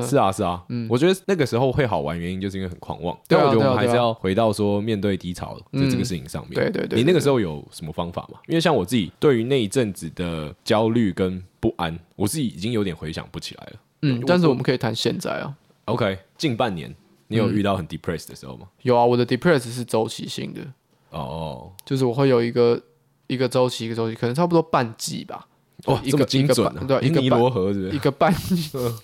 是啊是啊，嗯，我觉得那个时候会好玩，原因就是因为很狂妄。对但啊我觉得我们对啊还对啊嗯是要回到说面对低潮在这个事情上面。对对对你那对个对时候有什么方法吗？因为像我自己对于那一阵子的焦虑跟不安，我自己已经有点回想不起来了。嗯，但是我们可以谈现在啊。 OK，近半年你嗯有遇到很 depressed 的时候吗？有啊，我的 depress 是周期性的，哦就是我会有一个一个周期一个周期，可能差不多半季吧，哦，一这么个精准啊一个半对啊一尼个半 罗河是不一是？个半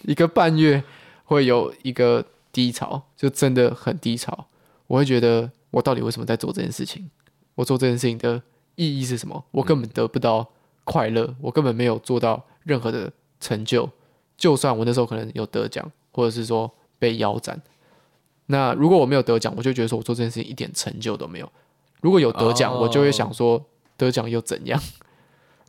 一个半月会有一个低潮，就真的很低潮，我会觉得我到底为什么在做这件事情？我做这件事情的意义是什么？我根本得不到快乐，我根本没有做到任何的成就。就算我那时候可能有得奖，或者是说被腰斩，那如果我没有得奖，我就觉得说我做这件事情一点成就都没有。如果有得奖，哦我就会想说得奖又怎样？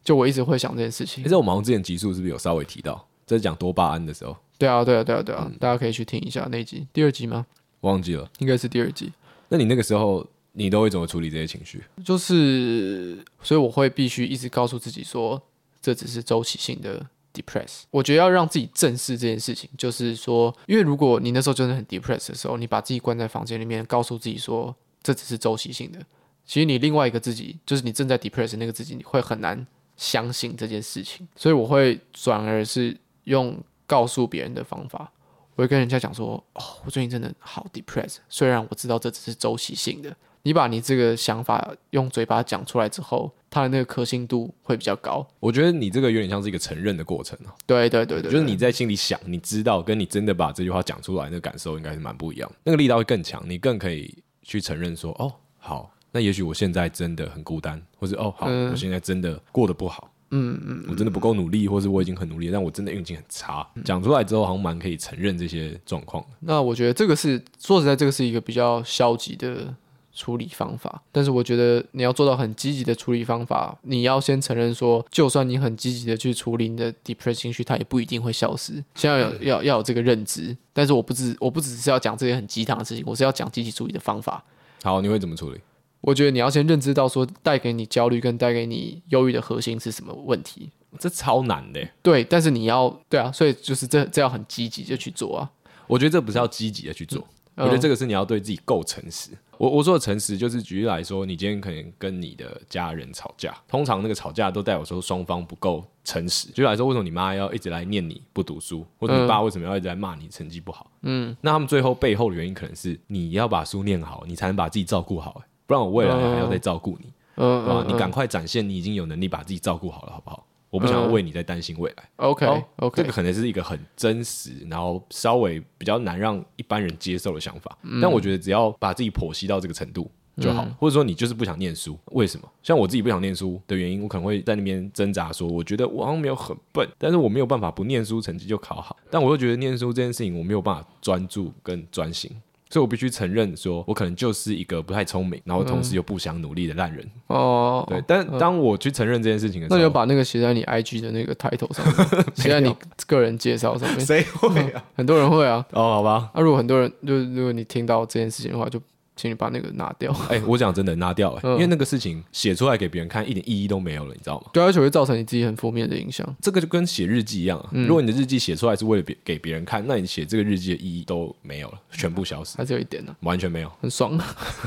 就我一直会想这件事情其。实我们好像之前集数是不是有稍微提到，在讲多巴胺的时候对啊，对啊，对啊，对啊，大家可以去听一下那一集，第二集吗？忘记了？应该是第二集。那你那个时候你都会怎么处理这些情绪？就是，所以我会必须一直告诉自己说，这只是周期性的 depress。我觉得要让自己正视这件事情，就是说，因为如果你那时候真的很 depress 的时候，你把自己关在房间里面，告诉自己说这只是周期性的，其实你另外一个自己，就是你正在 depress 的那个自己，你会很难相信这件事情。所以我会转而是用告诉别人的方法。我会跟人家讲说，哦，我最近真的好 depress，虽然我知道这只是周期性的，你把你这个想法用嘴巴讲出来之后，它的那个可信度会比较高。我觉得你这个有点像是一个承认的过程啊，对对对对，就是对你在心里想，你知道，跟你真的把这句话讲出来，那个感受应该是蛮不一样的，那个力道会更强，你更可以去承认说，哦，好，那也许我现在真的很孤单，或者哦，好，嗯我现在真的过得不好，嗯嗯，我真的不够努力，或是我已经很努力，但我真的运气很差。讲出来之后，好像蛮可以承认这些状况的。那我觉得这个是说实在，这个是一个比较消极的处理方法。但是我觉得你要做到很积极的处理方法，你要先承认说，就算你很积极的去处理你的 depressed 情绪，它也不一定会消失。先要有要要有这个认知。但是我不只我不只是要讲这些很鸡汤的事情，我是要讲积极处理的方法。好，你会怎么处理？我觉得你要先认知到说，带给你焦虑跟带给你忧郁的核心是什么问题。这超难的耶，欸对，但是你要对啊，所以就是这这要很积极就去做啊。我觉得这不是要积极的去做，嗯我觉得这个是你要对自己够诚实。我我说的诚实，就是举例来说，你今天可能跟你的家人吵架，通常那个吵架都代表说双方不够诚实。举例来说，为什么你妈要一直来念你不读书，或嗯者你爸为什么要一直来骂你成绩不好？嗯，那他们最后背后的原因可能是你要把书念好，你才能把自己照顾好，欸不然我未来还要再照顾你。嗯啊嗯，，你赶快展现你已经有能力把自己照顾好了，好不好？我嗯不想要为你再担心未来。 OK 哦 OK，这个可能是一个很真实，然后稍微比较难让一般人接受的想法。嗯但我觉得只要把自己剖析到这个程度就好，或者说你就是不想念书，为什么？像我自己不想念书的原因，我可能会在那边挣扎说，我觉得我好像没有很笨，但是我没有办法不念书成绩就考好，但我又觉得念书这件事情我没有办法专注跟专心。所以我必须承认说我可能就是一个不太聪明，然后同时又不想努力的烂人。哦，对，但当我去承认这件事情的时那候，你就把那个写在你 IG 的那个 title 上 面，写在你个人介绍上面。谁会 啊？很多人会啊，哦，好吧，那、如果很多人，就是如果你听到这件事情的话，就请你把那个拿掉。哎、我讲真的，拿掉、哎，嗯因为那个事情写出来给别人看一点意义都没有了，你知道吗？对啊，而且会造成你自己很负面的影响。这个就跟写日记一样、啊，嗯如果你的日记写出来是为了别给别人看，那你写这个日记的意义都没有了，全部消失，还是有一点呢、完全没有啊、很爽，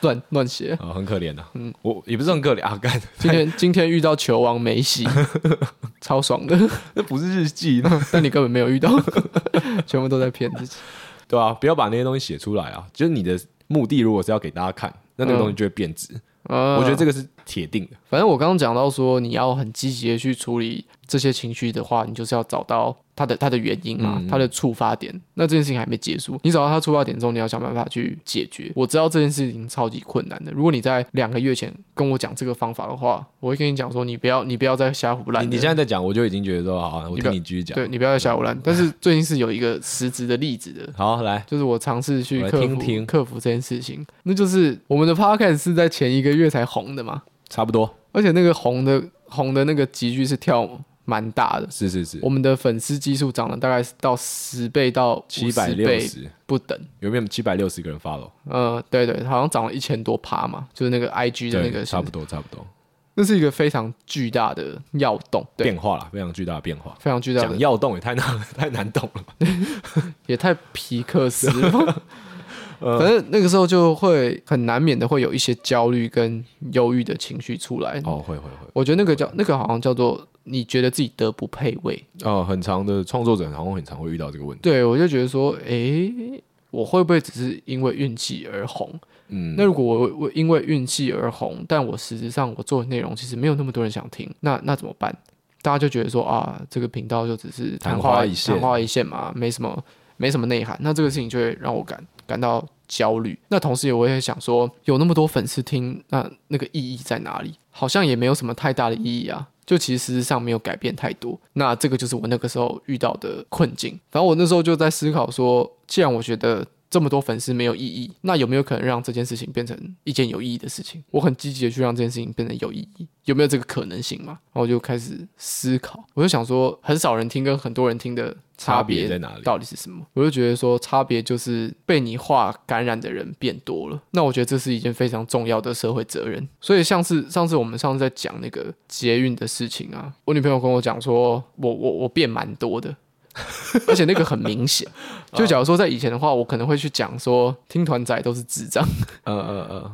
乱乱写。很可怜的、嗯，我也不是很可怜啊，干， 今天今天遇到球王梅西，超爽的， 那不是日记，那但你根本没有遇到， 全部都在骗自己。对啊，不要把那些东西写出来啊，就是你的目的如果是要给大家看，那那个东西就会变质。啊我觉得这个是铁定的，反正我刚刚讲到说，你要很积极的去处理这些情绪的话，你就是要找到它的它的原因嗯嘛，它的触发点。那这件事情还没结束，你找到它触发点之后，你要想办法去解决。我知道这件事情超级困难的，如果你在两个月前跟我讲这个方法的话，我会跟你讲说，你不要你不要再瞎胡乱你了。你现在在讲，我就已经觉得说好、啊，我听你继续讲。对你不要再瞎胡乱。但是最近是有一个实质的例子的，好，来，就是我尝试去我来克服听听克服这件事情。那就是我们的 podcast 是在前一个月才红的嘛，差不多，而且那个红的红的那个集距是跳蛮大的。是是是，我们的粉丝基数涨了大概是到十倍到七百50六倍十，不等，有没有七百六十个人 follow？呃，对对，好像涨了一千多趴嘛，就是那个 IG 的对那个，差不多差不多，那是一个非常巨大的要动，对，啊变化啦，非常巨大的变化。非常巨大讲的，要动也太 难太难懂 了吧，也太皮克斯 了。呃 反正那个时候就会很难免的会有一些焦虑跟忧郁的情绪出来，哦，会会会，我觉得那个叫那个好像叫做你觉得自己德不配位，哦，很长的创作者好像很常会遇到这个问题。对，我就觉得说，诶，我会不会只是因为运气而红？嗯，那如果我我因为运气而红，但我实质上我做的内容其实没有那么多人想听，那那怎么办？大家就觉得说啊，这个频道就只是昙花花一现昙花一现嘛，没什么没什么内涵，那这个事情就会让我感感到焦虑。那同时也我也想说，有那么多粉丝听，那那个意义在哪里？好像也没有什么太大的意义啊。就其实事实上没有改变太多，那这个就是我那个时候遇到的困境。反正我那时候就在思考说，既然我觉得这么多粉丝没有意义，那有没有可能让这件事情变成一件有意义的事情？我很积极的去让这件事情变得有意义，有没有这个可能性嘛？然后我就开始思考，我就想说，很少人听跟很多人听的差差别别在哪里？到底是什么？我就觉得说，差别就是被你画感染的人变多了。那我觉得这是一件非常重要的社会责任。所以像是上次我们上次在讲那个捷运的事情啊，我女朋友跟我讲说，我我我变蛮多的。而且那个很明 显，就假如说在以前的话，我可能会去讲说听团仔都是智障，嗯呃嗯嗯，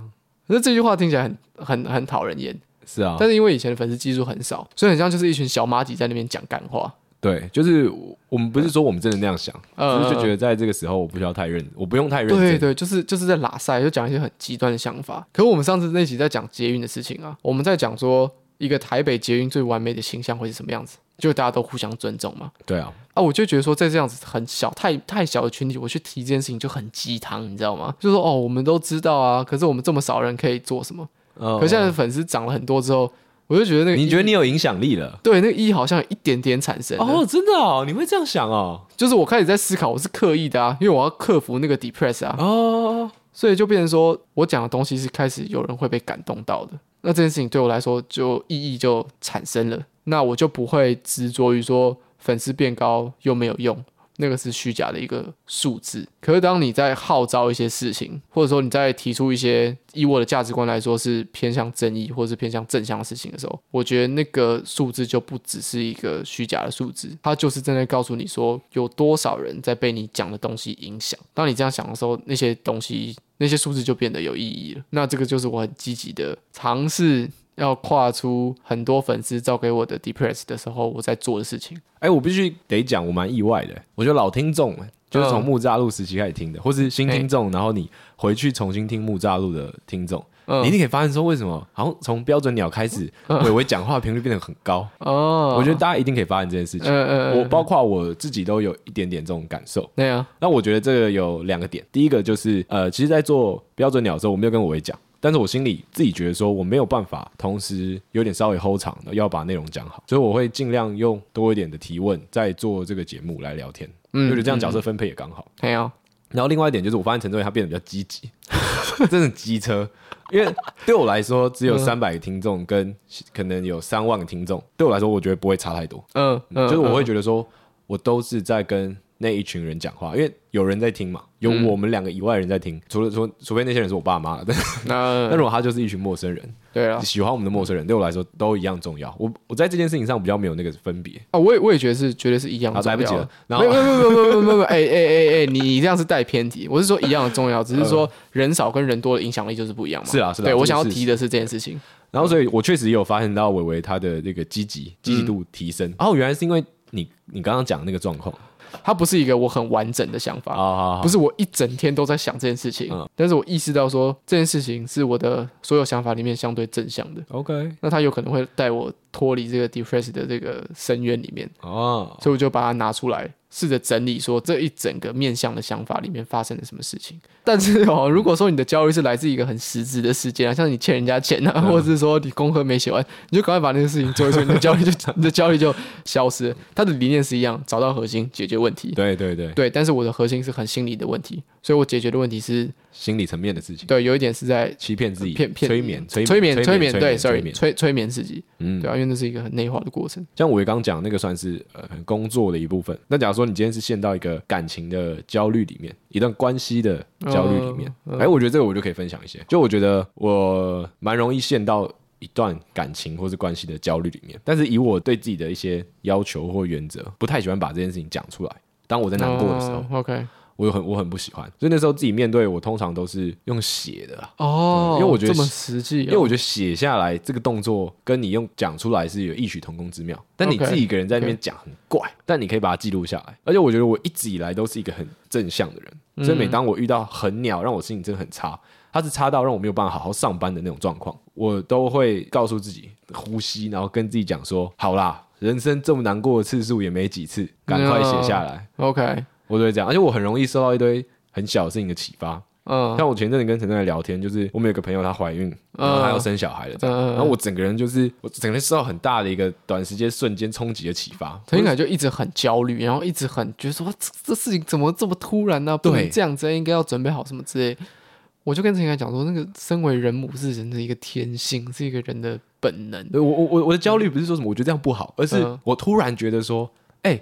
可是这句话听起来很很很讨人厌。是啊，但是因为以前的粉丝基数很少，所以很像就是一群小马仔在那边讲干话。对，就是我我们不是说我们真的那样想，嗯只是就觉得在这个时候我不需要太认，我不用太认真。对对，就是就是在拉塞，就讲一些很极端的想法。可我们上次那集在讲捷运的事情啊，我们在讲说一个台北捷运最完美的形象会是什么样子，就大家都互相尊重嘛。对啊，啊，我就觉得说，在这样子很小、太太小的群体，我去提这件事情就很鸡汤，你知道吗？就说哦，我们都知道啊，可是我们这么少人可以做什么？嗯可现在的粉丝涨了很多之后，我就觉得那个你意觉得你有影响力了？对那个一好像有一点点产生了哦，真的哦，你会这样想哦？就是我开始在思考，我是刻意的啊，因为我要克服那个 depress 啊，哦，所以就变成说我讲的东西是开始有人会被感动到的，那这件事情对我来说就意义就产生了，那我就不会执着于说粉丝变高又没有用，那个是虚假的一个数字。可是当你在号召一些事情，或者说你在提出一些以我的价值观来说是偏向正义或者是偏向正向的事情的时候，我觉得那个数字就不只是一个虚假的数字，它就是正在告诉你说有多少人在被你讲的东西影响。当你这样想的时候，那些东西。那些数字就变得有意义了。那这个就是我很积极的尝试要跨出很多粉丝造给我的 depress 的时候，我在做的事情。哎，我必须得讲，我蛮意外的。我觉得老听众就是嗯从木栅路时期开始听的，或是新听众，然后你回去重新听木栅路的听众，嗯你一定可以发现说，为什么好像从标准鸟开始，伟伟讲话频率变得很高。哦，我觉得大家一定可以发现这件事情。嗯嗯，我包括我自己都有一点点这种感受。那样，那我觉得这个有两个点，第一个就是呃，其实，在做标准鸟的时候，我没有跟我伟讲，但是我心里自己觉得说，我没有办法同时有点稍微 hold 场的，要把内容讲好，所以我会尽量用多一点的提问，在做这个节目来聊天，嗯就是这样角色分配也刚好。那样，然后另外一点就是，我发现陈志伟他变得比较积极， 真的机车。因为对我来说，只有三百个听众跟可能有三万个听众，对我来说，我觉得不会差太多。嗯嗯，就是我会觉得说，我都是在跟那一群人讲话，因为有人在听嘛，有嗯我们两个以外的人在听，除了说，除非那些人是我爸妈，嗯但但那如果他就是一群陌生人，对啊了。喜欢我们的陌生人，对我来说都一样重要。我我在这件事情上比较没有那个分别，啊，我也我也觉得是，绝对是一样啊的来嗯重要不的。及了然后没有没有没有没有没有没有没有，哎哎哎哎，你你这样是带偏题。我是说一样的重要，只是说人少跟人多的影响力就是不一样嘛。嗯是啊是啊对这我个想要是提的是这件事情。然后所以我确实也有发现到伟伟他的那个积极积极度提嗯升，哦，原来是因为你你刚刚讲的那个状况它不是一个我很完整的想法，啊不，是我一整天都在想这件事情，嗯但是我意识到说这件事情是我的所有想法里面相对正向的， OK 那它有可能会带我脱离这个 depressed 的这个深渊里面，哦，所以我就把它拿出来，试着整理说这一整个面向的想法里面发生了什么事情。但是哦，如果说你的焦虑是来自一个很实质的事件啊，像你欠人家钱嗯啊，或者是说你功课没写完，你就赶快把那个事情做一做，你的焦虑就你的焦虑就消失了。它的理念是一样，找到核心，解决问题。对对对，对，但是我的核心是很心理的问题，所以我解决的问题是，心理层面的事情，对，有一点是在欺骗自己，骗骗催眠催催眠催眠，对催，sorry，眠，催催眠自己，嗯对啊，因为那是一个很内化的过程，像我刚刚讲那个算是呃可能工作的一部分。那假如说你今天是陷到一个感情的焦虑里面，一段关系的焦虑里面，哎、我觉得这个我就可以分享一些。就我觉得我蛮容易陷到一段感情或是关系的焦虑里面，但是以我对自己的一些要求或原则，不太喜欢把这件事情讲出来。当我在难过的时候，哦，OK，我很我很不喜欢，所以那时候自己面对，我通常都是用写的啊、哦，因为我觉得这么实际哦，因为我觉得写下来这个动作跟你用讲出来是有异曲同工之妙，但你 OK，自己一个人在那边讲很怪但你可以把它记录下来。而且我觉得我一直以来都是一个很正向的人，所以每嗯当我遇到很鸟让我心情真的很差，它是差到让我没有办法好好上班的那种状况，我都会告诉自己呼吸，然后跟自己嗯讲说：好啦，人生这么难过的次数也没几次，赶快写下来。 OK，我都会这样，而且我很容易受到一堆很小的事情的启发。嗯像我前阵子跟陈正在聊天，就是我们有个朋友她怀孕，然后她要生小孩了，这样，嗯嗯嗯然后我整个人就是我整个人受到很大的一个短时间瞬间冲击的启发。陈俊凯就一直很焦虑，然后一直很觉得说这这事情怎么这么突然呢、不能对这样子，应该要准备好什么之类。我就跟陈俊凯讲说，那个身为人母是人的一个天性，是一个人的本能。对我我我我的焦虑不是说什么我觉得这样不好，而是嗯我突然觉得说，哎、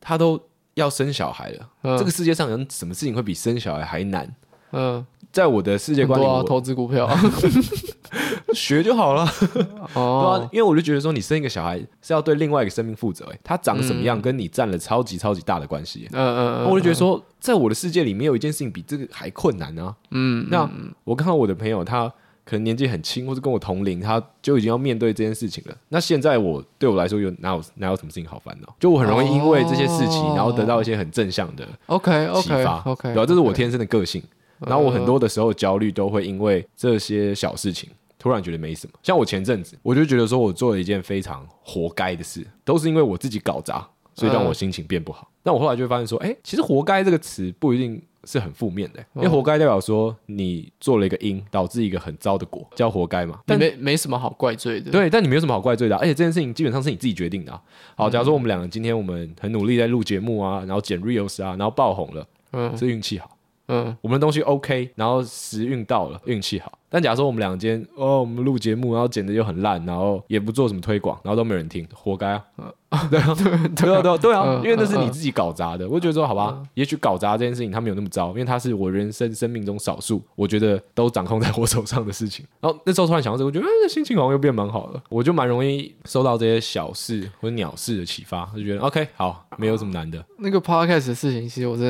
她都要生小孩了，嗯这个世界上有什么事情会比生小孩还难？嗯，在我的世界很观里，多啊，我投资股 票。学就好了。对啊哦，，因为我就觉得说，你生一个小孩是要对另外一个生命负责、欸，他长什么样跟你占了超级超级大的关系、欸。嗯嗯那嗯，我就觉得说，在我的世界里，没有一件事情比这个还困难啊。嗯，嗯那我看到我的朋友，他可能年纪很轻，或是跟我同龄，他就已经要面对这件事情了。那现在我对我来说，有哪有哪有什么事情好烦恼？就我很容易因为这些事情，哦然后得到一些很正向的 OK 启 OK 发。 OK，嗯对啊，这是我天生的个性。然后我很多的时候焦虑都会因为这些小事情，突然觉得没什么。像我前阵子，我就觉得说我做了一件非常活该的事，都是因为我自己搞砸，所以让我心情变不嗯好。但我后来就会发现说，哎，其实“活该”这个词不一定是很负面的、因嗯为“活该”代表说你做了一个因，导致一个很糟的果，叫“活该”嘛。你但没没什么好怪罪的。对，但你没有什么好怪罪的啊、而且这件事情基本上是你自己决定的、啊。嗯好，假如说我们两个今天我们很努力在录节目啊，然后剪 reels 啊，然后爆红了，嗯是运气好。嗯我们的东西 OK，然后时运到了，运气好。但假如说我们两间哦，我们录节目，然后剪的又很烂，然后也不做什么推广，然后都没有人听，活该啊！对啊，对啊，对啊，对啊嗯嗯，因为那是你自己搞砸的。我就觉得说，好吧，也许搞砸这件事情它没有那么糟，因为它是我人生生命中少数我觉得都掌控在我手上的事情。然后那时候突然想到这个，我觉得、哎、心情好像又变蛮好了，我就蛮容易受到这些小事或者鸟事的启发，就觉得 OK，好，没有什么难的。那个 podcast 的事情，其实我真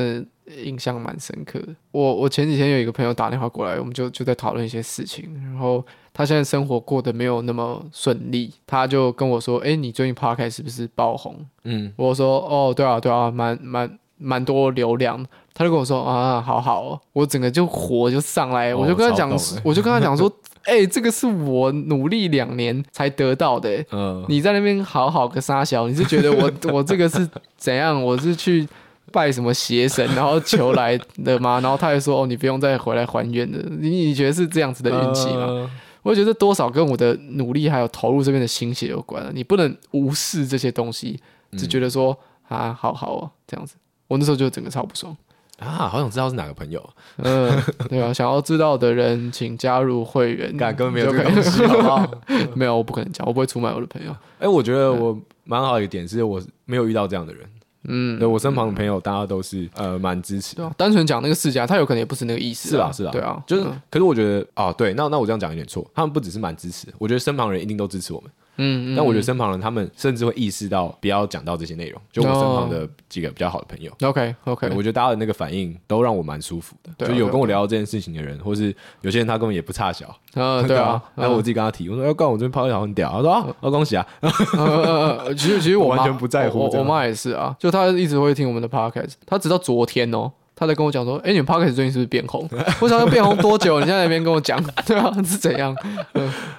的印象蛮深刻的。我我前几天有一个朋友打电话过来，我们就就在讨论一些事情，然后他现在生活过得没有那么顺利，他就跟我说：“哎、你最近 podcast 是不是爆红嗯？”，我说：“哦，对啊，对啊，蛮蛮蛮多流量。”他就跟我说：“啊，好好、哦。”我整个就火就上来，哦我就跟他讲我超懂，我就跟他讲说：“哎、这个是我努力两年才得到的、欸呃，你在那边好好个傻小，你是觉得 我我这个是怎样？我是去拜什么邪神，然后求来的吗？然后他还说哦，你不用再回来还愿了。你你觉得是这样子的运气吗？呃我觉得多少跟我的努力还有投入这边的心血有关啊。你不能无视这些东西，只觉得说、嗯啊，好好哦，这样子。我那时候就整个超不爽。啊，好想知道是哪个朋友。嗯，对啊，想要知道的人，请加入会员。干根本没有这就个可以东西，好不好？ 没有，我不可能讲，我不会出卖我的朋友。哎、我觉得我蛮好的一个点是我没有遇到这样的人，嗯，对我身旁的朋友大家都是呃蛮支持，对啊，单纯讲那个世家，他有可能也不是那个意思、是啊。啦是啦，对啊，就是嗯可是我觉得啊，对，那那我这样讲有点错，他们不只是蛮支持，我觉得身旁人一定都支持我们，嗯，嗯但我觉得身旁人他们甚至会意识到不要讲到这些内容，就我身旁的几个比较好的朋友。 OK OK，对我觉得大家的那个反应都让我蛮舒服的，对啊就有对啊跟我聊到这件事情的人，或是有些人他根本也不差小， 呃，对啊，然后我自己跟他提，我说要哎干，我这边泡一条很屌，他说啊，哦恭喜啊，呃呃呃，其实其实我妈完全不在乎我这我样妈也是啊，就她一直会听我们的 podcast，她直到昨天哦。她在跟我讲说：“哎、你们 p o d c a s t 最近是不是变红？ 我想要变红多久？你现在在那边跟我讲， 对啊，是怎样？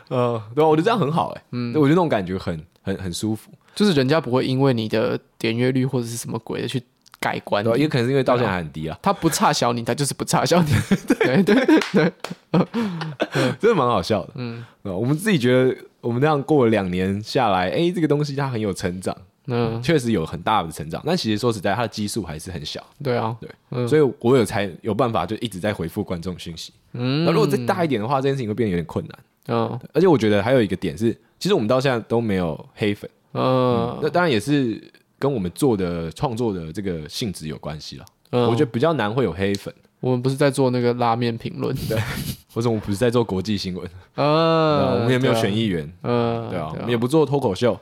呃，对啊，我觉得这样很好哎、嗯，我觉得那种感觉很很很舒服，就是人家不会因为你的点阅率或者是什么鬼的去改观对吧？你也，可能是因为到现在还很低啊， 他不差小你，他就是不差小你。 对对真的蛮好笑的。嗯，我们自己觉得我们这样过了两年下来，哎、这个东西它很有成长，嗯，确实有很大的成长，但其实说实在，它的基数还是很小，对啊，对，嗯所以我有才有办法就一直在回复观众讯息。嗯那如果再大一点的话，这件事情会变得有点困难。嗯而且我觉得还有一个点是，其实我们到现在都没有黑粉，嗯那当然也是跟我们做的创作的这个性质有关系了。嗯，我觉得比较难会有黑粉，我们不是在做那个拉面评论，对，或者我们不是在做国际新闻，对啊呃，我们也没有选议，议员，嗯，对啊，我嗯们也不做脱口秀，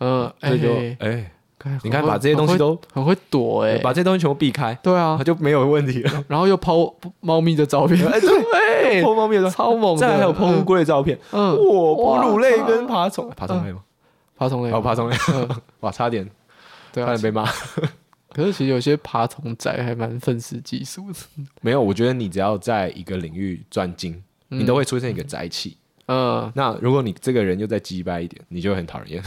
嗯，所以就哎，哎，看你看很会把这些东西都很会躲哎，把这些东西全部避开，对啊它，就没有问题了。然后又抛猫咪的照片，哎， 对，剖猫咪的照超猛片，的，再来还有剖乌嗯龟的照片，哇，嗯，哺乳类跟爬虫爬虫类吗？爬虫类哦，，爬虫类，嗯嗯哇，差点对差 啊点，被骂。可是其实有些爬虫仔还蛮愤世嫉俗的，没有，我觉得你只要在一个领域专精，你都会出现一个宅气。嗯那如果你这个人又再鸡掰一点，你就会很讨人厌。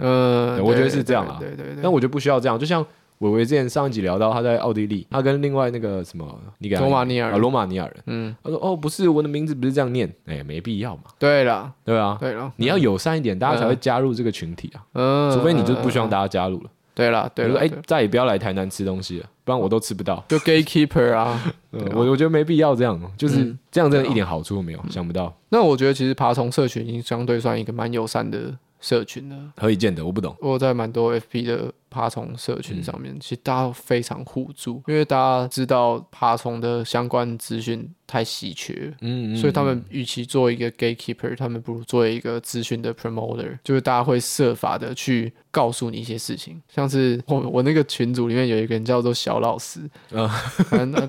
嗯，对我觉得对是这样啊对对对，但我觉得不需要这样，就像伟伟之前上一集聊到他在奥地利，他跟另外那个什么，你给他罗马尼亚人啊罗马尼亚人，嗯，他说哦，不是我的名字不是这样念，哎、没必要嘛，对了，对啊，嗯对了，你要友善一点，大家才会加入这个群体啊，嗯，除非你就不希望大家加入了，对了，比对如了，说哎、对了再也不要来台南吃东西了，不然我都吃不到。就 gatekeeper 啊，嗯对啊我我觉得没必要这样，哦就是、嗯这样真的一点好处都没有，想不到，那我觉得其实爬虫社群已经相对算一个蛮友善的社群了。何以见得？我不懂。我有在蛮多 FP 的爬虫社群上面，其实大家都非常互助，因为大家知道爬虫的相关资讯太稀缺，嗯，嗯所以他们与其做一个 gatekeeper，他们不如做一个资讯的 promoter，就是大家会设法的去告诉你一些事情。像是我我那个群组里面有一个人叫做小老师，啊啊，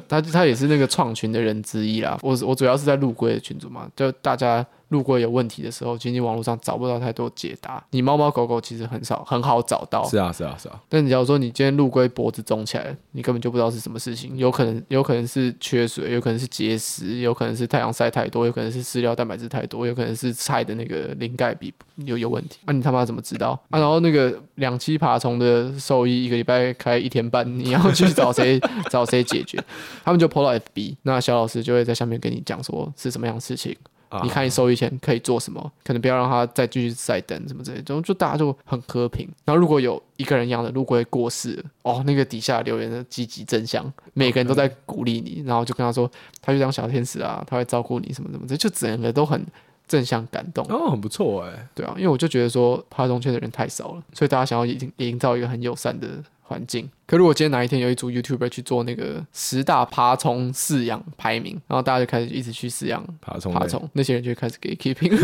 他他也是那个创群的人之一啦。我我主要是在陆龟的群组嘛，就大家。陆龟有问题的时候，其实你网络上找不到太多解答。你猫猫狗狗其实很少很好找到，是啊是啊是啊，但你假如说你今天陆龟脖子肿起来，你根本就不知道是什么事情，有可能有可能是缺水，有可能是结石，有可能是太阳晒太多，有可能是饲料蛋白质太多，有可能是菜的那个磷钙比有有问题。啊，你他妈怎么知道？啊，然后那个两栖爬虫的兽医一个礼拜开一天班，你要去找谁找谁解决？他们就 PO 到 FB，那小老师就会在下面跟你讲说是什么样的事情。啊你看你收益前可以做什么？可能不要让他再继续再等什么之类的，就就大家就很和平。然后如果有一个人养的陆龟过世了，哦，那个底下留言的积极正向，每个人都在鼓励你，然后就跟他说，他就当小天使啊，他会照顾你什么什么的，就整个都很正向感动。哦，很不错哎、对啊，因为我就觉得说爬虫圈的人太少了，所以大家想要营营造一个很友善的环境。可如果今天哪一天有一组 YouTuber 去做那个十大爬虫饲养排名，然后大家就开始一直去饲养爬虫类爬虫，那些人就会开始 gatekeeping，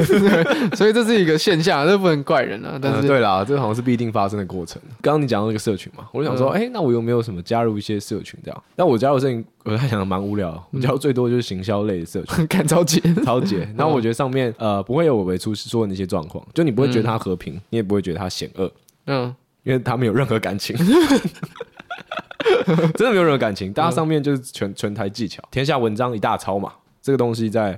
所以这是一个现象，这不能怪人啊。但呃是、对啦，这好像是必定发生的过程。刚刚你讲到那个社群嘛，我就想说，哎、那我有没有什么加入一些社群这样？但我加入社群，我在想蛮无聊的，我加入最多就是行销类的社群， 很感召集， 超姐。 然后我觉得上面呃不会有我为出说的那些状况，就你不会觉得它和平，你也不会觉得它险恶，嗯，因为它没有任何感情。 真的没有任何感情，嗯大家上面就是全全台技巧，天下文章一大抄嘛。这个东西在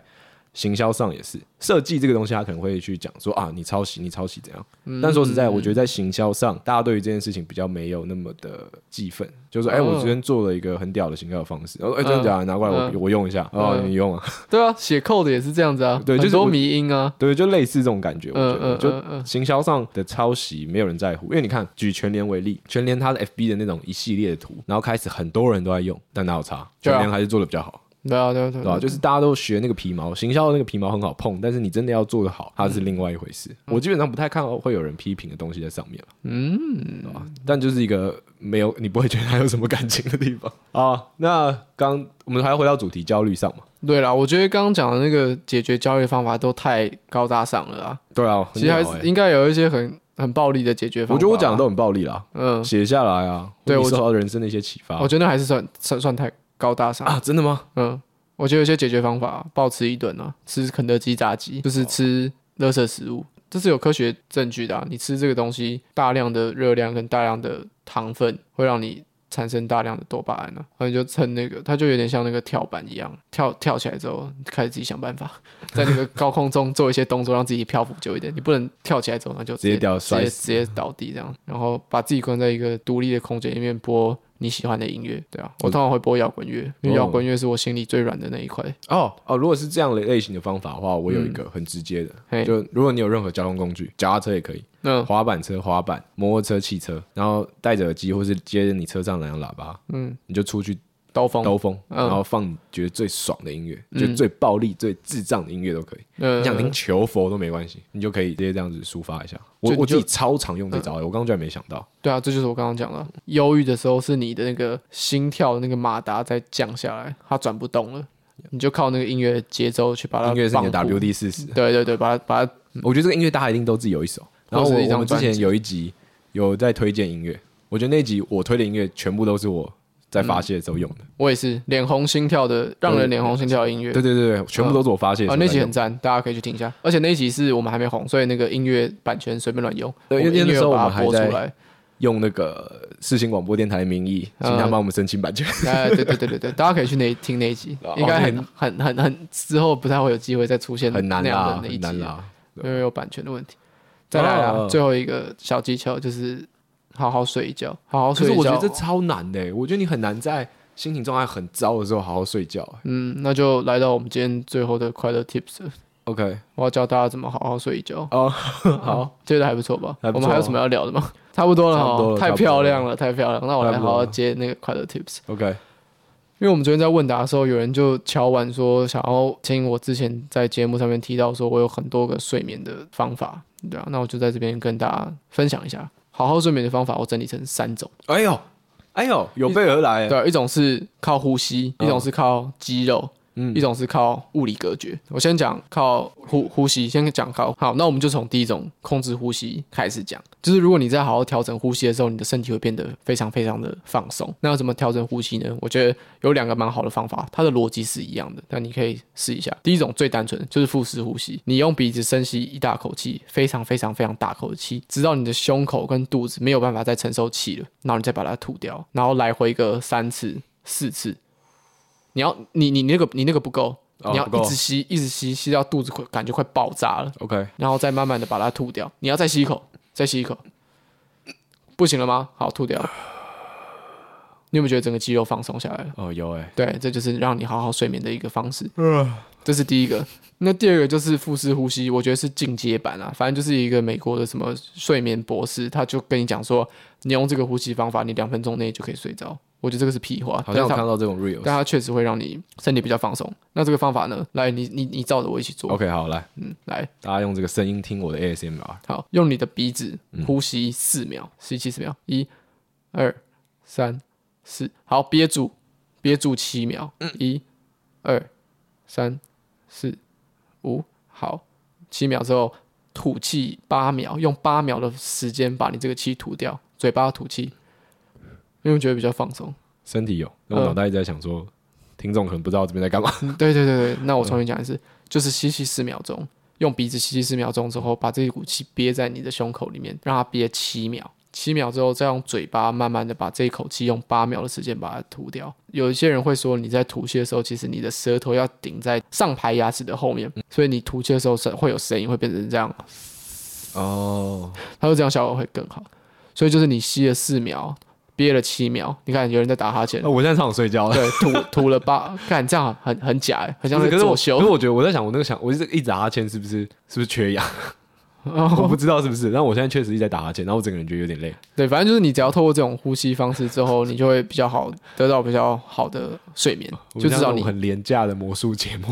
行销上也是，设计这个东西他可能会去讲说啊，你抄袭，你抄袭怎样？嗯但说实在，我觉得在行销上，大家对于这件事情比较没有那么的记愤，就是说哎、哦我昨天做了一个很屌的行销的方式，然后哎、真的假的？拿过来我、嗯我用一下，哦，嗯你用啊，对啊，写 code 也是这样子啊，对就是很多我迷音啊，对，就类似这种感觉，我觉嗯得、嗯就嗯嗯，行销上的抄袭没有人在乎，因为你看，举全联为例，全联它的 FB 的那种一系列的图，然后开始很多人都在用，但哪有差？对全啊联还是做的比较好，对啊对啊对对啊吧？，就是大家都学那个皮毛，行销的那个皮毛很好碰，但是你真的要做的好，它是另外一回事。嗯我基本上不太看到会有人批评的东西在上面了，嗯，对吧？但就是一个没有，你不会觉得它有什么感情的地方啊。那刚我们还要回到主题焦虑上嘛？对啦，我觉得刚刚讲的那个解决交易方法都太高大上了啊，对啊，其实还很屌是欸应该有一些很很暴力的解决方法。啊我觉得我讲的，都很暴力啦，嗯，写下来啊，对你我受到人生的一些启发我觉得还是算算算太高大上。啊，真的吗？嗯，我觉得有些解决方法，暴吃一顿啊，吃肯德基炸鸡，哦就是吃垃圾食物，这是有科学证据的、啊。你吃这个东西，大量的热量跟大量的糖分会让你。产生大量的多巴胺啊，然后你就趁那个，它就有点像那个跳板一样，跳跳起来之后，开始自己想办法，在那个高空中做一些动作，让自己漂浮久一点。你不能跳起来之后，那就直接掉直摔接死直接倒地这样，然后把自己关在一个独立的空间里面播你喜欢的音乐，对啊，嗯我通常会播摇滚乐，因为摇滚乐是我心里最软的那一块。哦哦，如果是这样的类型的方法的话，我有一嗯个很直接的，嘿就如果你有任何交通工具，脚踏车也可以，那滑板车、滑板、摩托车、汽车，然后戴着耳机或是接着你车上的蓝牙喇叭，嗯，你就出去刀锋，兜风，嗯然后放你觉得最爽的音乐，就最暴力、最智障的音乐都可以。呃你想听求佛都没关系，你就可以直接这样子抒发一下。我就嗯我自己就超常用这招的，我刚刚居然没想到。对啊，这就是我刚刚讲的，忧郁的时候是你的那个心跳的那个马达在降下来，它转不动了，你就靠那个音乐节奏去把它音乐是你的绑住 WD 四十，对对对，把它把它我觉得这个音乐大家一定都自己有一首。然后我或者是一我张们之专前辑有一集有在推荐音乐，我觉得那集我推的音乐全部都是我在发泄的时候用的。我也是脸红心跳的，让人脸红心跳的音乐。对对对对，全部都是我发泄的时啊，候那在集用很赞，大家可以去听一下。而且那一集是我们还没红，所以那个音乐版权随便乱用。对因为我音那乐时候有把我它们播还在出来。 用那个世新广播电台的名义，啊请他帮我们申请版权。哎，对对对对对，大家可以去那听那一集哦，应该很很很很之后不太会有机会再出现很难那啦样，的那很一集难了，啦。因为有版权的问题。再来啦，哦最后一个小技巧就是好好睡一觉，好好可睡是一觉。我觉得这超难的欸，我觉得你很难在心情状态很糟的时候好好睡觉欸。嗯，那就来到我们今天最后的快乐 tips，了 OK，我要教大家怎么好好睡一觉。哦， 好，觉得还不错吧？还不错我们还有什么要聊的吗？ 差不多了差不多哈，了太差不多漂了亮了，太漂亮了。那我来差不好多好了接那个快乐 tips。 OK，因为我们昨天在问答的时候，有人就敲碗说想要听我之前在节目上面提到说我有很多个睡眠的方法，对啊，那我就在这边跟大家分享一下好好睡眠的方法，我整理成三种，哎呦，哎呦，有备而来欸。对啊、一种是靠呼吸，一嗯种是靠肌肉。嗯一种是靠物理隔绝，我先讲靠呼呼吸，先讲靠好，那我们就从第一种控制呼吸开始讲，就是如果你在好好调整呼吸的时候，你的身体会变得非常非常的放松。那要怎么调整呼吸呢？我觉得有两个蛮好的方法，它的逻辑是一样的，那你可以试一下。第一种最单纯就是腹式呼吸，你用鼻子深吸一大口气，非常非常非常大口的气，直到你的胸口跟肚子没有办法再承受气了，然后你再把它吐掉，然后来回个三次、四次。你要你你你那个你那个不够，哦你要不够一直吸一直吸，吸到肚子快感觉快爆炸了， OK，然后再慢慢的把它吐掉。你要再吸一口，再吸一口，不行了吗？好，吐掉。你有没有觉得整个肌肉放松下来了？哦，有哎，对，这就是让你好好睡眠的一个方式。这是第一个。那第二个就是腹式呼吸，我觉得是进阶版啊，反正就是一个美国的什么睡眠博士，他就跟你讲说，你用这个呼吸方法，你两分钟内就可以睡着。我觉得这个是屁话，好像有但是看它到这种 real。但它确实会让你身体比较放松。那这个方法呢？来，你你你照着我一起做。 OK，好，来，嗯，来，大家用这个声音听我的 ASMR。好，用你的鼻子呼吸四秒，吸气四秒，一、二、三、四，好，憋住，憋住七秒，一、二、三、四、五，好，七秒之后吐气八秒，用八秒的时间把你这个气吐掉，嘴巴吐气，因为我觉得比较放松。身体有，那我嗯脑袋一直在想说，听众可能不知道这边在干嘛。对对对对，嗯那我重新讲一次，就是吸气四秒钟，用鼻子吸气四秒钟之后，把这一股气憋在你的胸口里面，让它憋七秒。七秒之后，再用嘴巴慢慢的把这一口气用八秒的时间把它吐掉。有一些人会说，你在吐气的时候，其实你的舌头要顶在上排牙齿的后面，所以你吐气的时候是会有声音，会变成这样。哦，他说这样效果会更好。所以就是你吸了四秒，憋了七秒，你看有人在打哈欠，那我现在超想睡 觉了。对，吐吐了八， 看这样很很假欸，很像不在是可是我，作可是秀。我觉得我在想，我那个想，我一直一直打哈欠，是不是是不是缺氧？我不知道是不是，但我现在确实一直在打哈欠，然后我整个人觉得有点累。对，反正就是你只要透过这种呼吸方式之后，你就会比较好得到比较好的睡眠，我就们至像少那种你很廉价的魔术节目。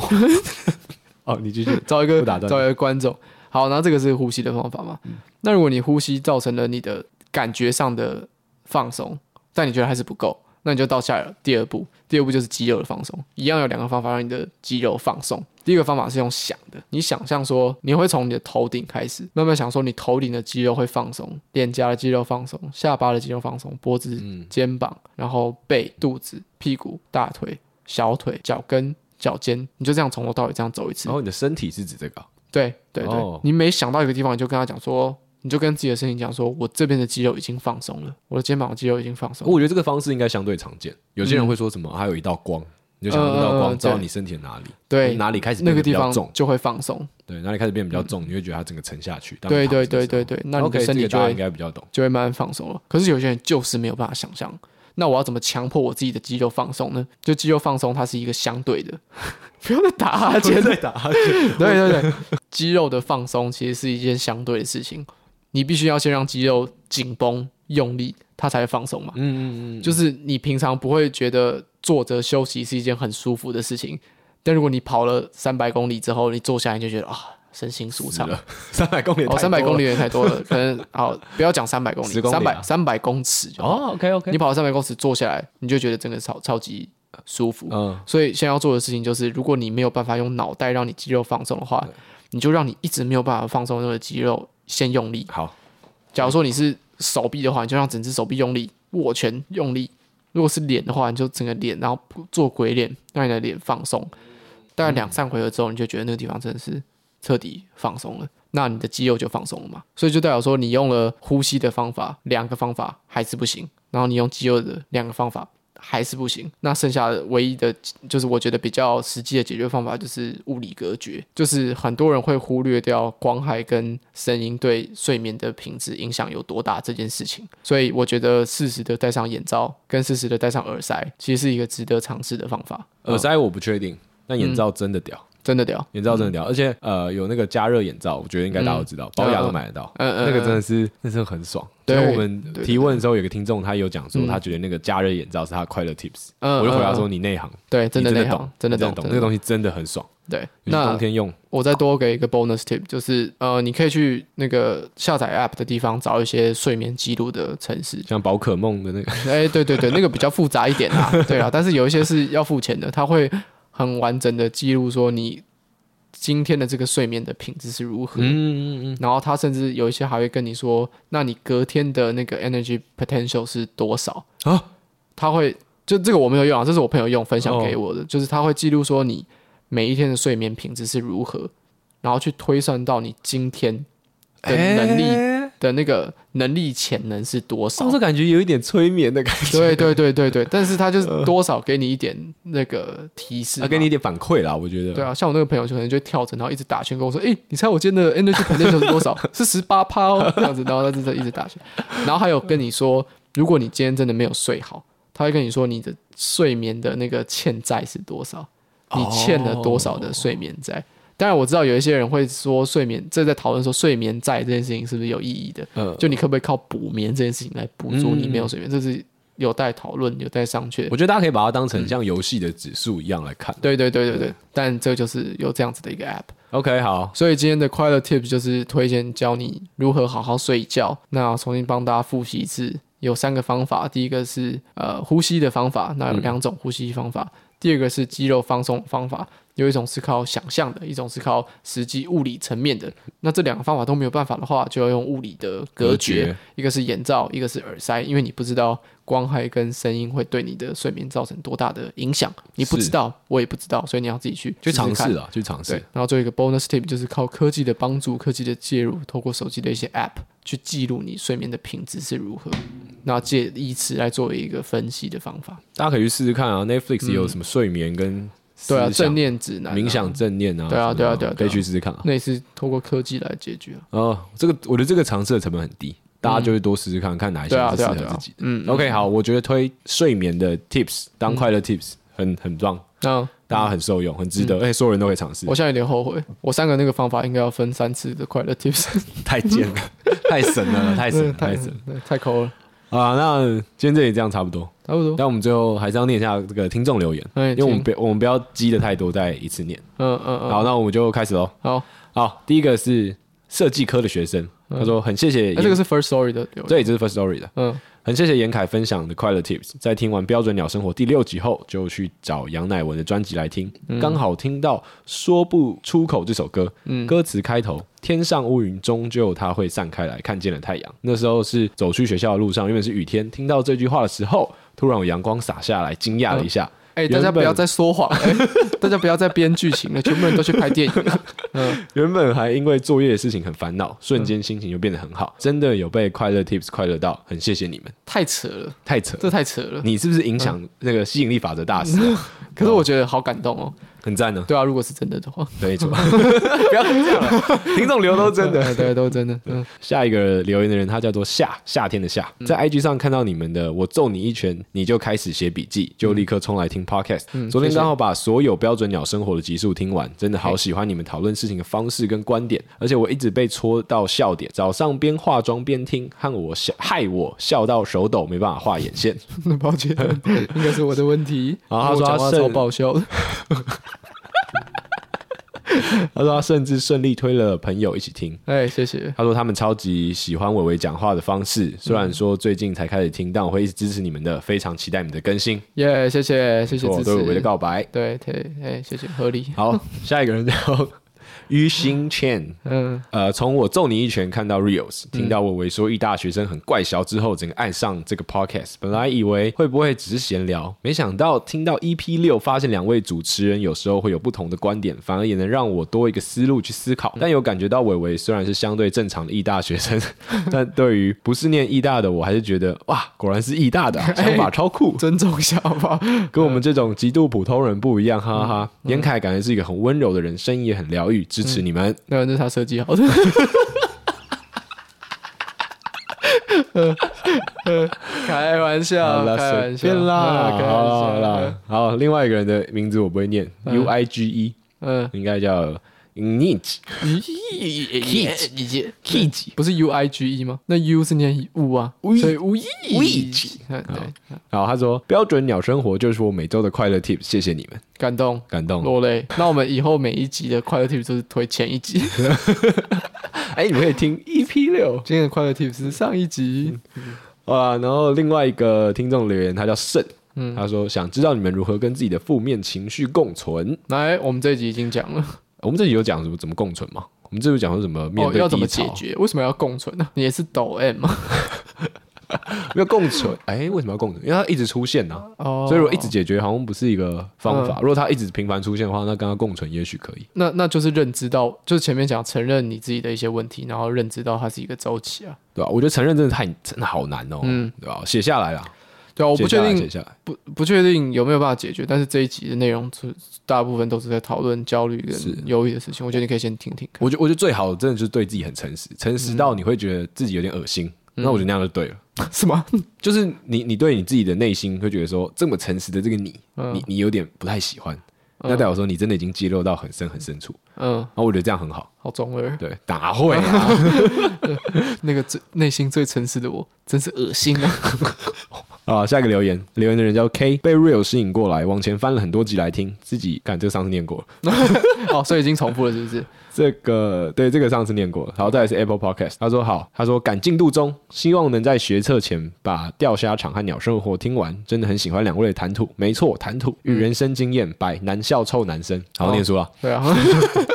哦，你嗯继续。找一个不打断找一个观众。好，那这个是呼吸的方法嘛？那如果你呼吸造成了你的感觉上的放松，但你觉得还是不够，那你就到下第二步。第二步就是肌肉的放松，一样有两个方法让你的肌肉放松。第一个方法是用想的，你想象说你会从你的头顶开始，慢慢想说你头顶的肌肉会放松，脸颊的肌肉放松，下巴的肌肉放松，脖子、嗯肩膀，然后背、肚子、屁股、大腿、小腿、脚跟、脚尖，你就这样从头到尾这样走一次然。后你的身体是指这个啊对对对，哦你每想到一个地方，你就跟他讲说，你就跟自己的身体讲说，我这边的肌肉已经放松了，我的肩膀的肌肉已经放松了。哦我觉得这个方式应该相对常见。有些人会说什么，还有一道光，你就想那道嗯嗯光嗯照到对你身体的哪里，对，哪里开始那变个得比地较方重，就会放松。对，哪里开始变得比较重，你会觉得它整个沉下去。当你嗯对对躺着的对时候对对，那你的 OK，身这体个就大家会应该比较 懂。就会慢慢放松了。可是有些人就是没有办法想象，那我要怎么强迫我自己的肌肉放松呢？就肌肉放松，它是一个相对的， 不要再打哈欠现 了在 打哈欠，对对 对，肌肉的放松其实是一件相对的事情，你必须要先让肌肉紧绷用力，它才会放松嘛。嗯嗯嗯，就是你平常不会觉得坐着休息是一件很舒服的事情，但如果你跑了三百公里之后，你坐下来你就觉得啊，身心舒畅。 三百公里，哦，三百公里。也太多了，可能好，不要讲三百公里， 10公三里啊百三百公尺就好哦，OK OK，你跑了三百公尺坐下来，你就觉得整个超超级舒服。嗯，所以现在要做的事情就是，如果你没有办法用脑袋让你肌肉放松的话，你就让你一直没有办法放松的那个肌肉先用力，好，假如说你是手臂的话，你就让整只手臂用力，握拳用力；如果是脸的话，你就整个脸，然后做鬼脸，让你的脸放松。大概两三回合之后，你就觉得那个地方真的是彻底放松了，那你的肌肉就放松了嘛。所以就代表说，你用了呼吸的方法两个方法还是不行，然后你用肌肉的两个方法还是不行。那剩下的唯一的就是我觉得比较实际的解决方法就是物理隔绝，就是很多人会忽略掉光害跟声音对睡眠的品质影响有多大这件事情。所以我觉得适时的戴上眼罩跟适时的戴上耳塞，其实是一个值得尝试的方法。耳塞我不确定，但眼罩真的屌，真的屌，眼罩真的屌，而且呃有那个加热眼罩，我觉得应该大家都知道，保养都买得到，嗯嗯那个真的是那真的很爽。对所以我们提问的时候，有个听众他有讲说，他觉得那个加热眼罩是他的快乐 tips，嗯我就回答嗯说你内行，对，真你的真内的行懂，，真的你真懂的，懂，真那个的懂东西真的很爽，对，尤其那冬天用，。我再多给一个 bonus tip，就是呃，你可以去那个下载 app 的地方找一些睡眠记录的城市像宝可梦的那个，哎，对对对，那个比较复杂一点啦，对啊，但是有一些是要付钱的，它会很完整的记录说你今天的这个睡眠的品质是如何。嗯嗯嗯，然后它甚至有一些还会跟你说，那你隔天的那个 energy potential 是多少？嗯啊，它会就这个我没有用啊，这是我朋友用分享哦给我的，就是它会记录说你每一天的睡眠品质是如何，然后去推算到你今天的能力、哎的那个能力潜能是多少哦，。这感觉有一点催眠的感觉， 对对对对对，但是它就是多少给你一点那个提示嘛，啊，给你一点反馈啦，我觉得，对啊，像我那个朋友就可能就会跳着，然后一直打拳跟我说：“哎、你猜我今天的 energy potential 是多少？ 是十八趴哦。” 这样子，然后他就在一直打拳， 然后还有跟你说，如果你今天真的没有睡好，他会跟你说你的睡眠的那个欠债是多少，哦你欠了多少的睡眠债。当然我知道有一些人会说睡眠，这在讨论说睡眠债这件事情是不是有意义的，嗯，就你可不可以靠补眠这件事情来补足你没有睡眠，这是有待讨论、有待商榷的我觉得大家可以把它当成像游戏的指数一样来看。对对对对对，但这就是有这样子的一个 app。 OK，好，所以今天的快乐 tips 就是推荐教你如何好好睡觉。那重新帮大家复习一次，有三个方法。第一个是呃呼吸的方法，那有两种呼吸方法。第二个是肌肉放松方法，有一种是靠想象的，一种是靠实际物理层面的。那这两个方法都没有办法的话，就要用物理的隔绝，隔绝一个是眼罩，一个是耳塞，因为你不知道光害跟声音会对你的睡眠造成多大的影响，你不是知道，我也不知道，所以你要自己去去试试尝看试啊，去尝对试。，然后最后一个 bonus tip 就是靠科技的帮助、科技的介入，透过手机的一些 app 去记录你睡眠的品质是如何，那借以此来作为一个分析的方法。大家可以去试试看啊。Netflix 也有什么睡眠跟嗯对啊，思想正念指南、冥、想、正念啊，对啊什么的对啊对啊对啊可以去试试看啊。那也是透过科技来解决啊。哦，这个我觉得这个尝试的成本很低，大家就会多试试看，看哪一些对啊，是对适啊，合对啊自己。。嗯， OK，好，我觉得推睡眠的 tips 当快乐 tips 很很棒，那大家很受用，很值嗯得，而且所有人都可以尝试我。现在有点后悔，我三个那个方法应该要分三次的快乐 tips，太贱了，太神了，太神了，太神了对太抠了，啊！那今天这里这样差不多，差不多。但我们最后还是要念一下这个听众留言。哎，因为我们请不我们不要积的太多，再一次念。嗯嗯嗯，好，那我们就开始喽。好，哎好，第一个是设计科的学生，他说很谢谢哎，严，这个是 first story 的留言，这也就是 First Story 的，嗯，很谢谢严凯分享的快乐 Tips。在听完《标准鸟生活》第六集后，就去找杨乃文的专辑来听，嗯刚好听到《说不出口》这首歌，嗯歌词开头。天上乌云终究它会散开来，看见了太阳。那时候是走去学校的路上，原本是雨天。听到这句话的时候，突然有阳光洒下来，惊讶了一下。哎，大原家本不要再说谎，哎大家不要再编剧情了，全部人都去拍电影了。原本还因为作业的事情很烦嗯恼，瞬间心情就变得很好，真的有被快乐 Tips 快乐到，很谢谢你们，太扯了，太扯！这太扯了。你是不是影嗯响那个吸引力法则大师啊？ 可是我觉得好感动哦。很赞呢，对啊，如果是真的的话，对，没错， 不要这样了，听众流都真的。 对对，都真的。嗯， 下一个留言的人，他叫做夏，夏天的夏，在 IG 上看到你们的“我揍你一拳”，你就开始写笔记，就立刻冲来听 Podcast。昨天刚好把所有标准鸟生活的集数听完，真的好喜欢你们讨论事情的方式跟观点，而且我一直被戳到笑点。早上边化妆边听，和我笑，害我笑到手抖，没办法画眼线。 嗯 抱歉，应该是我的问题。然后他我说他讲话剩超爆笑的， 他说他甚至顺利推了朋友一起听。哎，谢谢。他说他们超级喜欢伟伟讲话的方式，嗯虽然说最近才开始听，但我会一直支持你们的，非常期待你们的更新。耶，谢谢，谢谢我支哦对伟伟的持。告白。 对对，哎，谢谢，合理。好，下一个人叫 于心倩，嗯，呃，从我揍你一拳看到 Reels，听到我为说一大学生很怪小之后，整个爱上这个 podcast。本来以为会不会只是闲聊，没想到听到 EP 六，发现两位主持人有时候会有不同的观点，反而也能让我多一个思路去思考。但有感觉到伟伟虽然是相对正常的艺大学生，但对于不是念艺 E 大的我，还是觉得哇，果然是艺大的啊、想法超酷。尊重一下好不好？ 跟我们这种极度普通人不一样，哈哈哈！严凯感觉是一个很温柔的人，声音也很疗愈，支持你们。那那是他设计 好的， 嗯开玩好笑，啦，啊开随玩便笑，啊嗯啦，开玩好笑啊啦，，好，另外一个人的名字我不会念，U I G E 嗯，应该叫 Nige 哎咦， Kige，不是 U I G E 吗？那 U 是念 U 啊， Ui 所以 U E Uige 嗯对，然后他说标准鸟生活就是我每周的快乐 tip，谢谢你们，感动。感动。落泪。那我们以后每一集的快乐 tip 就是推前一集， 哎，你们可以听 EP 六今天的快乐 tip 是上一嗯集。啊。然后另外一个听众留言，他叫盛，嗯他说想知道你们如何跟自己的负面情绪共存。来，我们这一集已经讲了，我们这里有讲什么怎么共存吗？我们这里有讲说什么面哦，对要怎低么解潮，决？为什么要共存呢？ 你也是抖 M 啊吗？没有共存。哎，为什么要共存？因为它一直出现啊呢。哦所以如果一直解决好像不是一个方法。嗯如果它一直频繁出现的话，那跟它共存也许可以。那那就是认知到，就是前面讲承认你自己的一些问题，然后认知到它是一个周期啊。对吧、我觉得承认真的太真的好难哦，嗯对吧、写下来啦，对啊，我不写确下来定写下来，不不确定有没有办法解决，但是这一集的内容是大部分都是在讨论焦虑跟忧郁的事情。我觉得你可以先听听看。我觉我觉得最好真的就是对自己很诚实，诚实到你会觉得自己有点恶心，嗯那我觉得那样就对了。是吗？ 就是你你对你自己的内心会觉得说，这么诚实的这个你，嗯你你有点不太喜欢，那代表说你真的已经揭露到很深很深处。哦嗯，然后我觉得这样很 好，好中二。对，哪会 啊？那个最内心最诚实的我，真是恶心啊！ 啊，下一个留言，留言的人叫 K，被 Real 吸引过来，往前翻了很多集来听，自己看这个上次念过了。哦，所以已经重复了，是不是？这个对，这个上次念过了。然后再来是 Apple Podcast，他说好，他说赶进度中，希望能在学测前把钓虾场和鸟生活听完，真的很喜欢两位的谈吐。没错，谈吐嗯与人生经验，百男校臭男生，好好念书啊！对啊，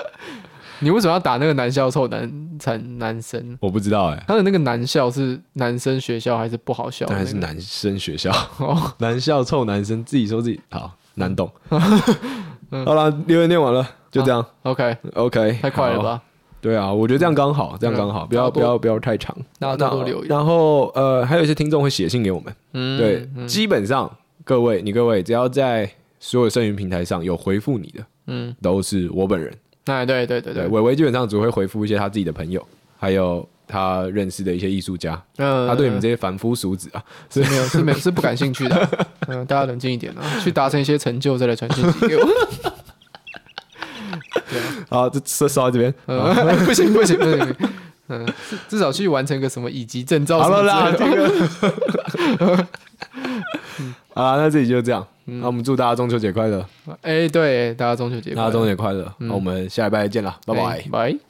你为什么要打那个男校臭男男男生？我不知道哎、他的那个男校是男生学校还是不好笑的当然那个？是男生学校， 哦，男校臭男生，自己说自己好难 懂。好了，留言念完了，就这样。 OK， OK，嗯啊太快了好吧？对啊，我觉得这样刚好，这样刚好，不要大家不多要不要太长，大家多多留言那然后呃，还有一些听众会写信给我们，嗯，对，基本上各位你各位只要在所有社群平台上有回复你的，嗯，都是我本人。哎，对对对对，对，伟伟基本上只会回复一些他自己的朋友，还有他认识的一些艺术家。嗯，他啊对你们这些凡夫俗子啊，是没有是没有是不感兴趣的， 嗯，大家冷静一点啊，去达成一些成就再来传信息给我。 啊，这这烧到这边，嗯，不行不行不行，不行嗯，至至少去完成个什么乙级证照好什么了之啦，类的这个 啊，那这里就这样。那我们祝大家中秋节快乐，嗯哎，对，大家中秋节快大乐，嗯家中秋节快乐。那我们下礼拜再见啦，拜拜哎。拜。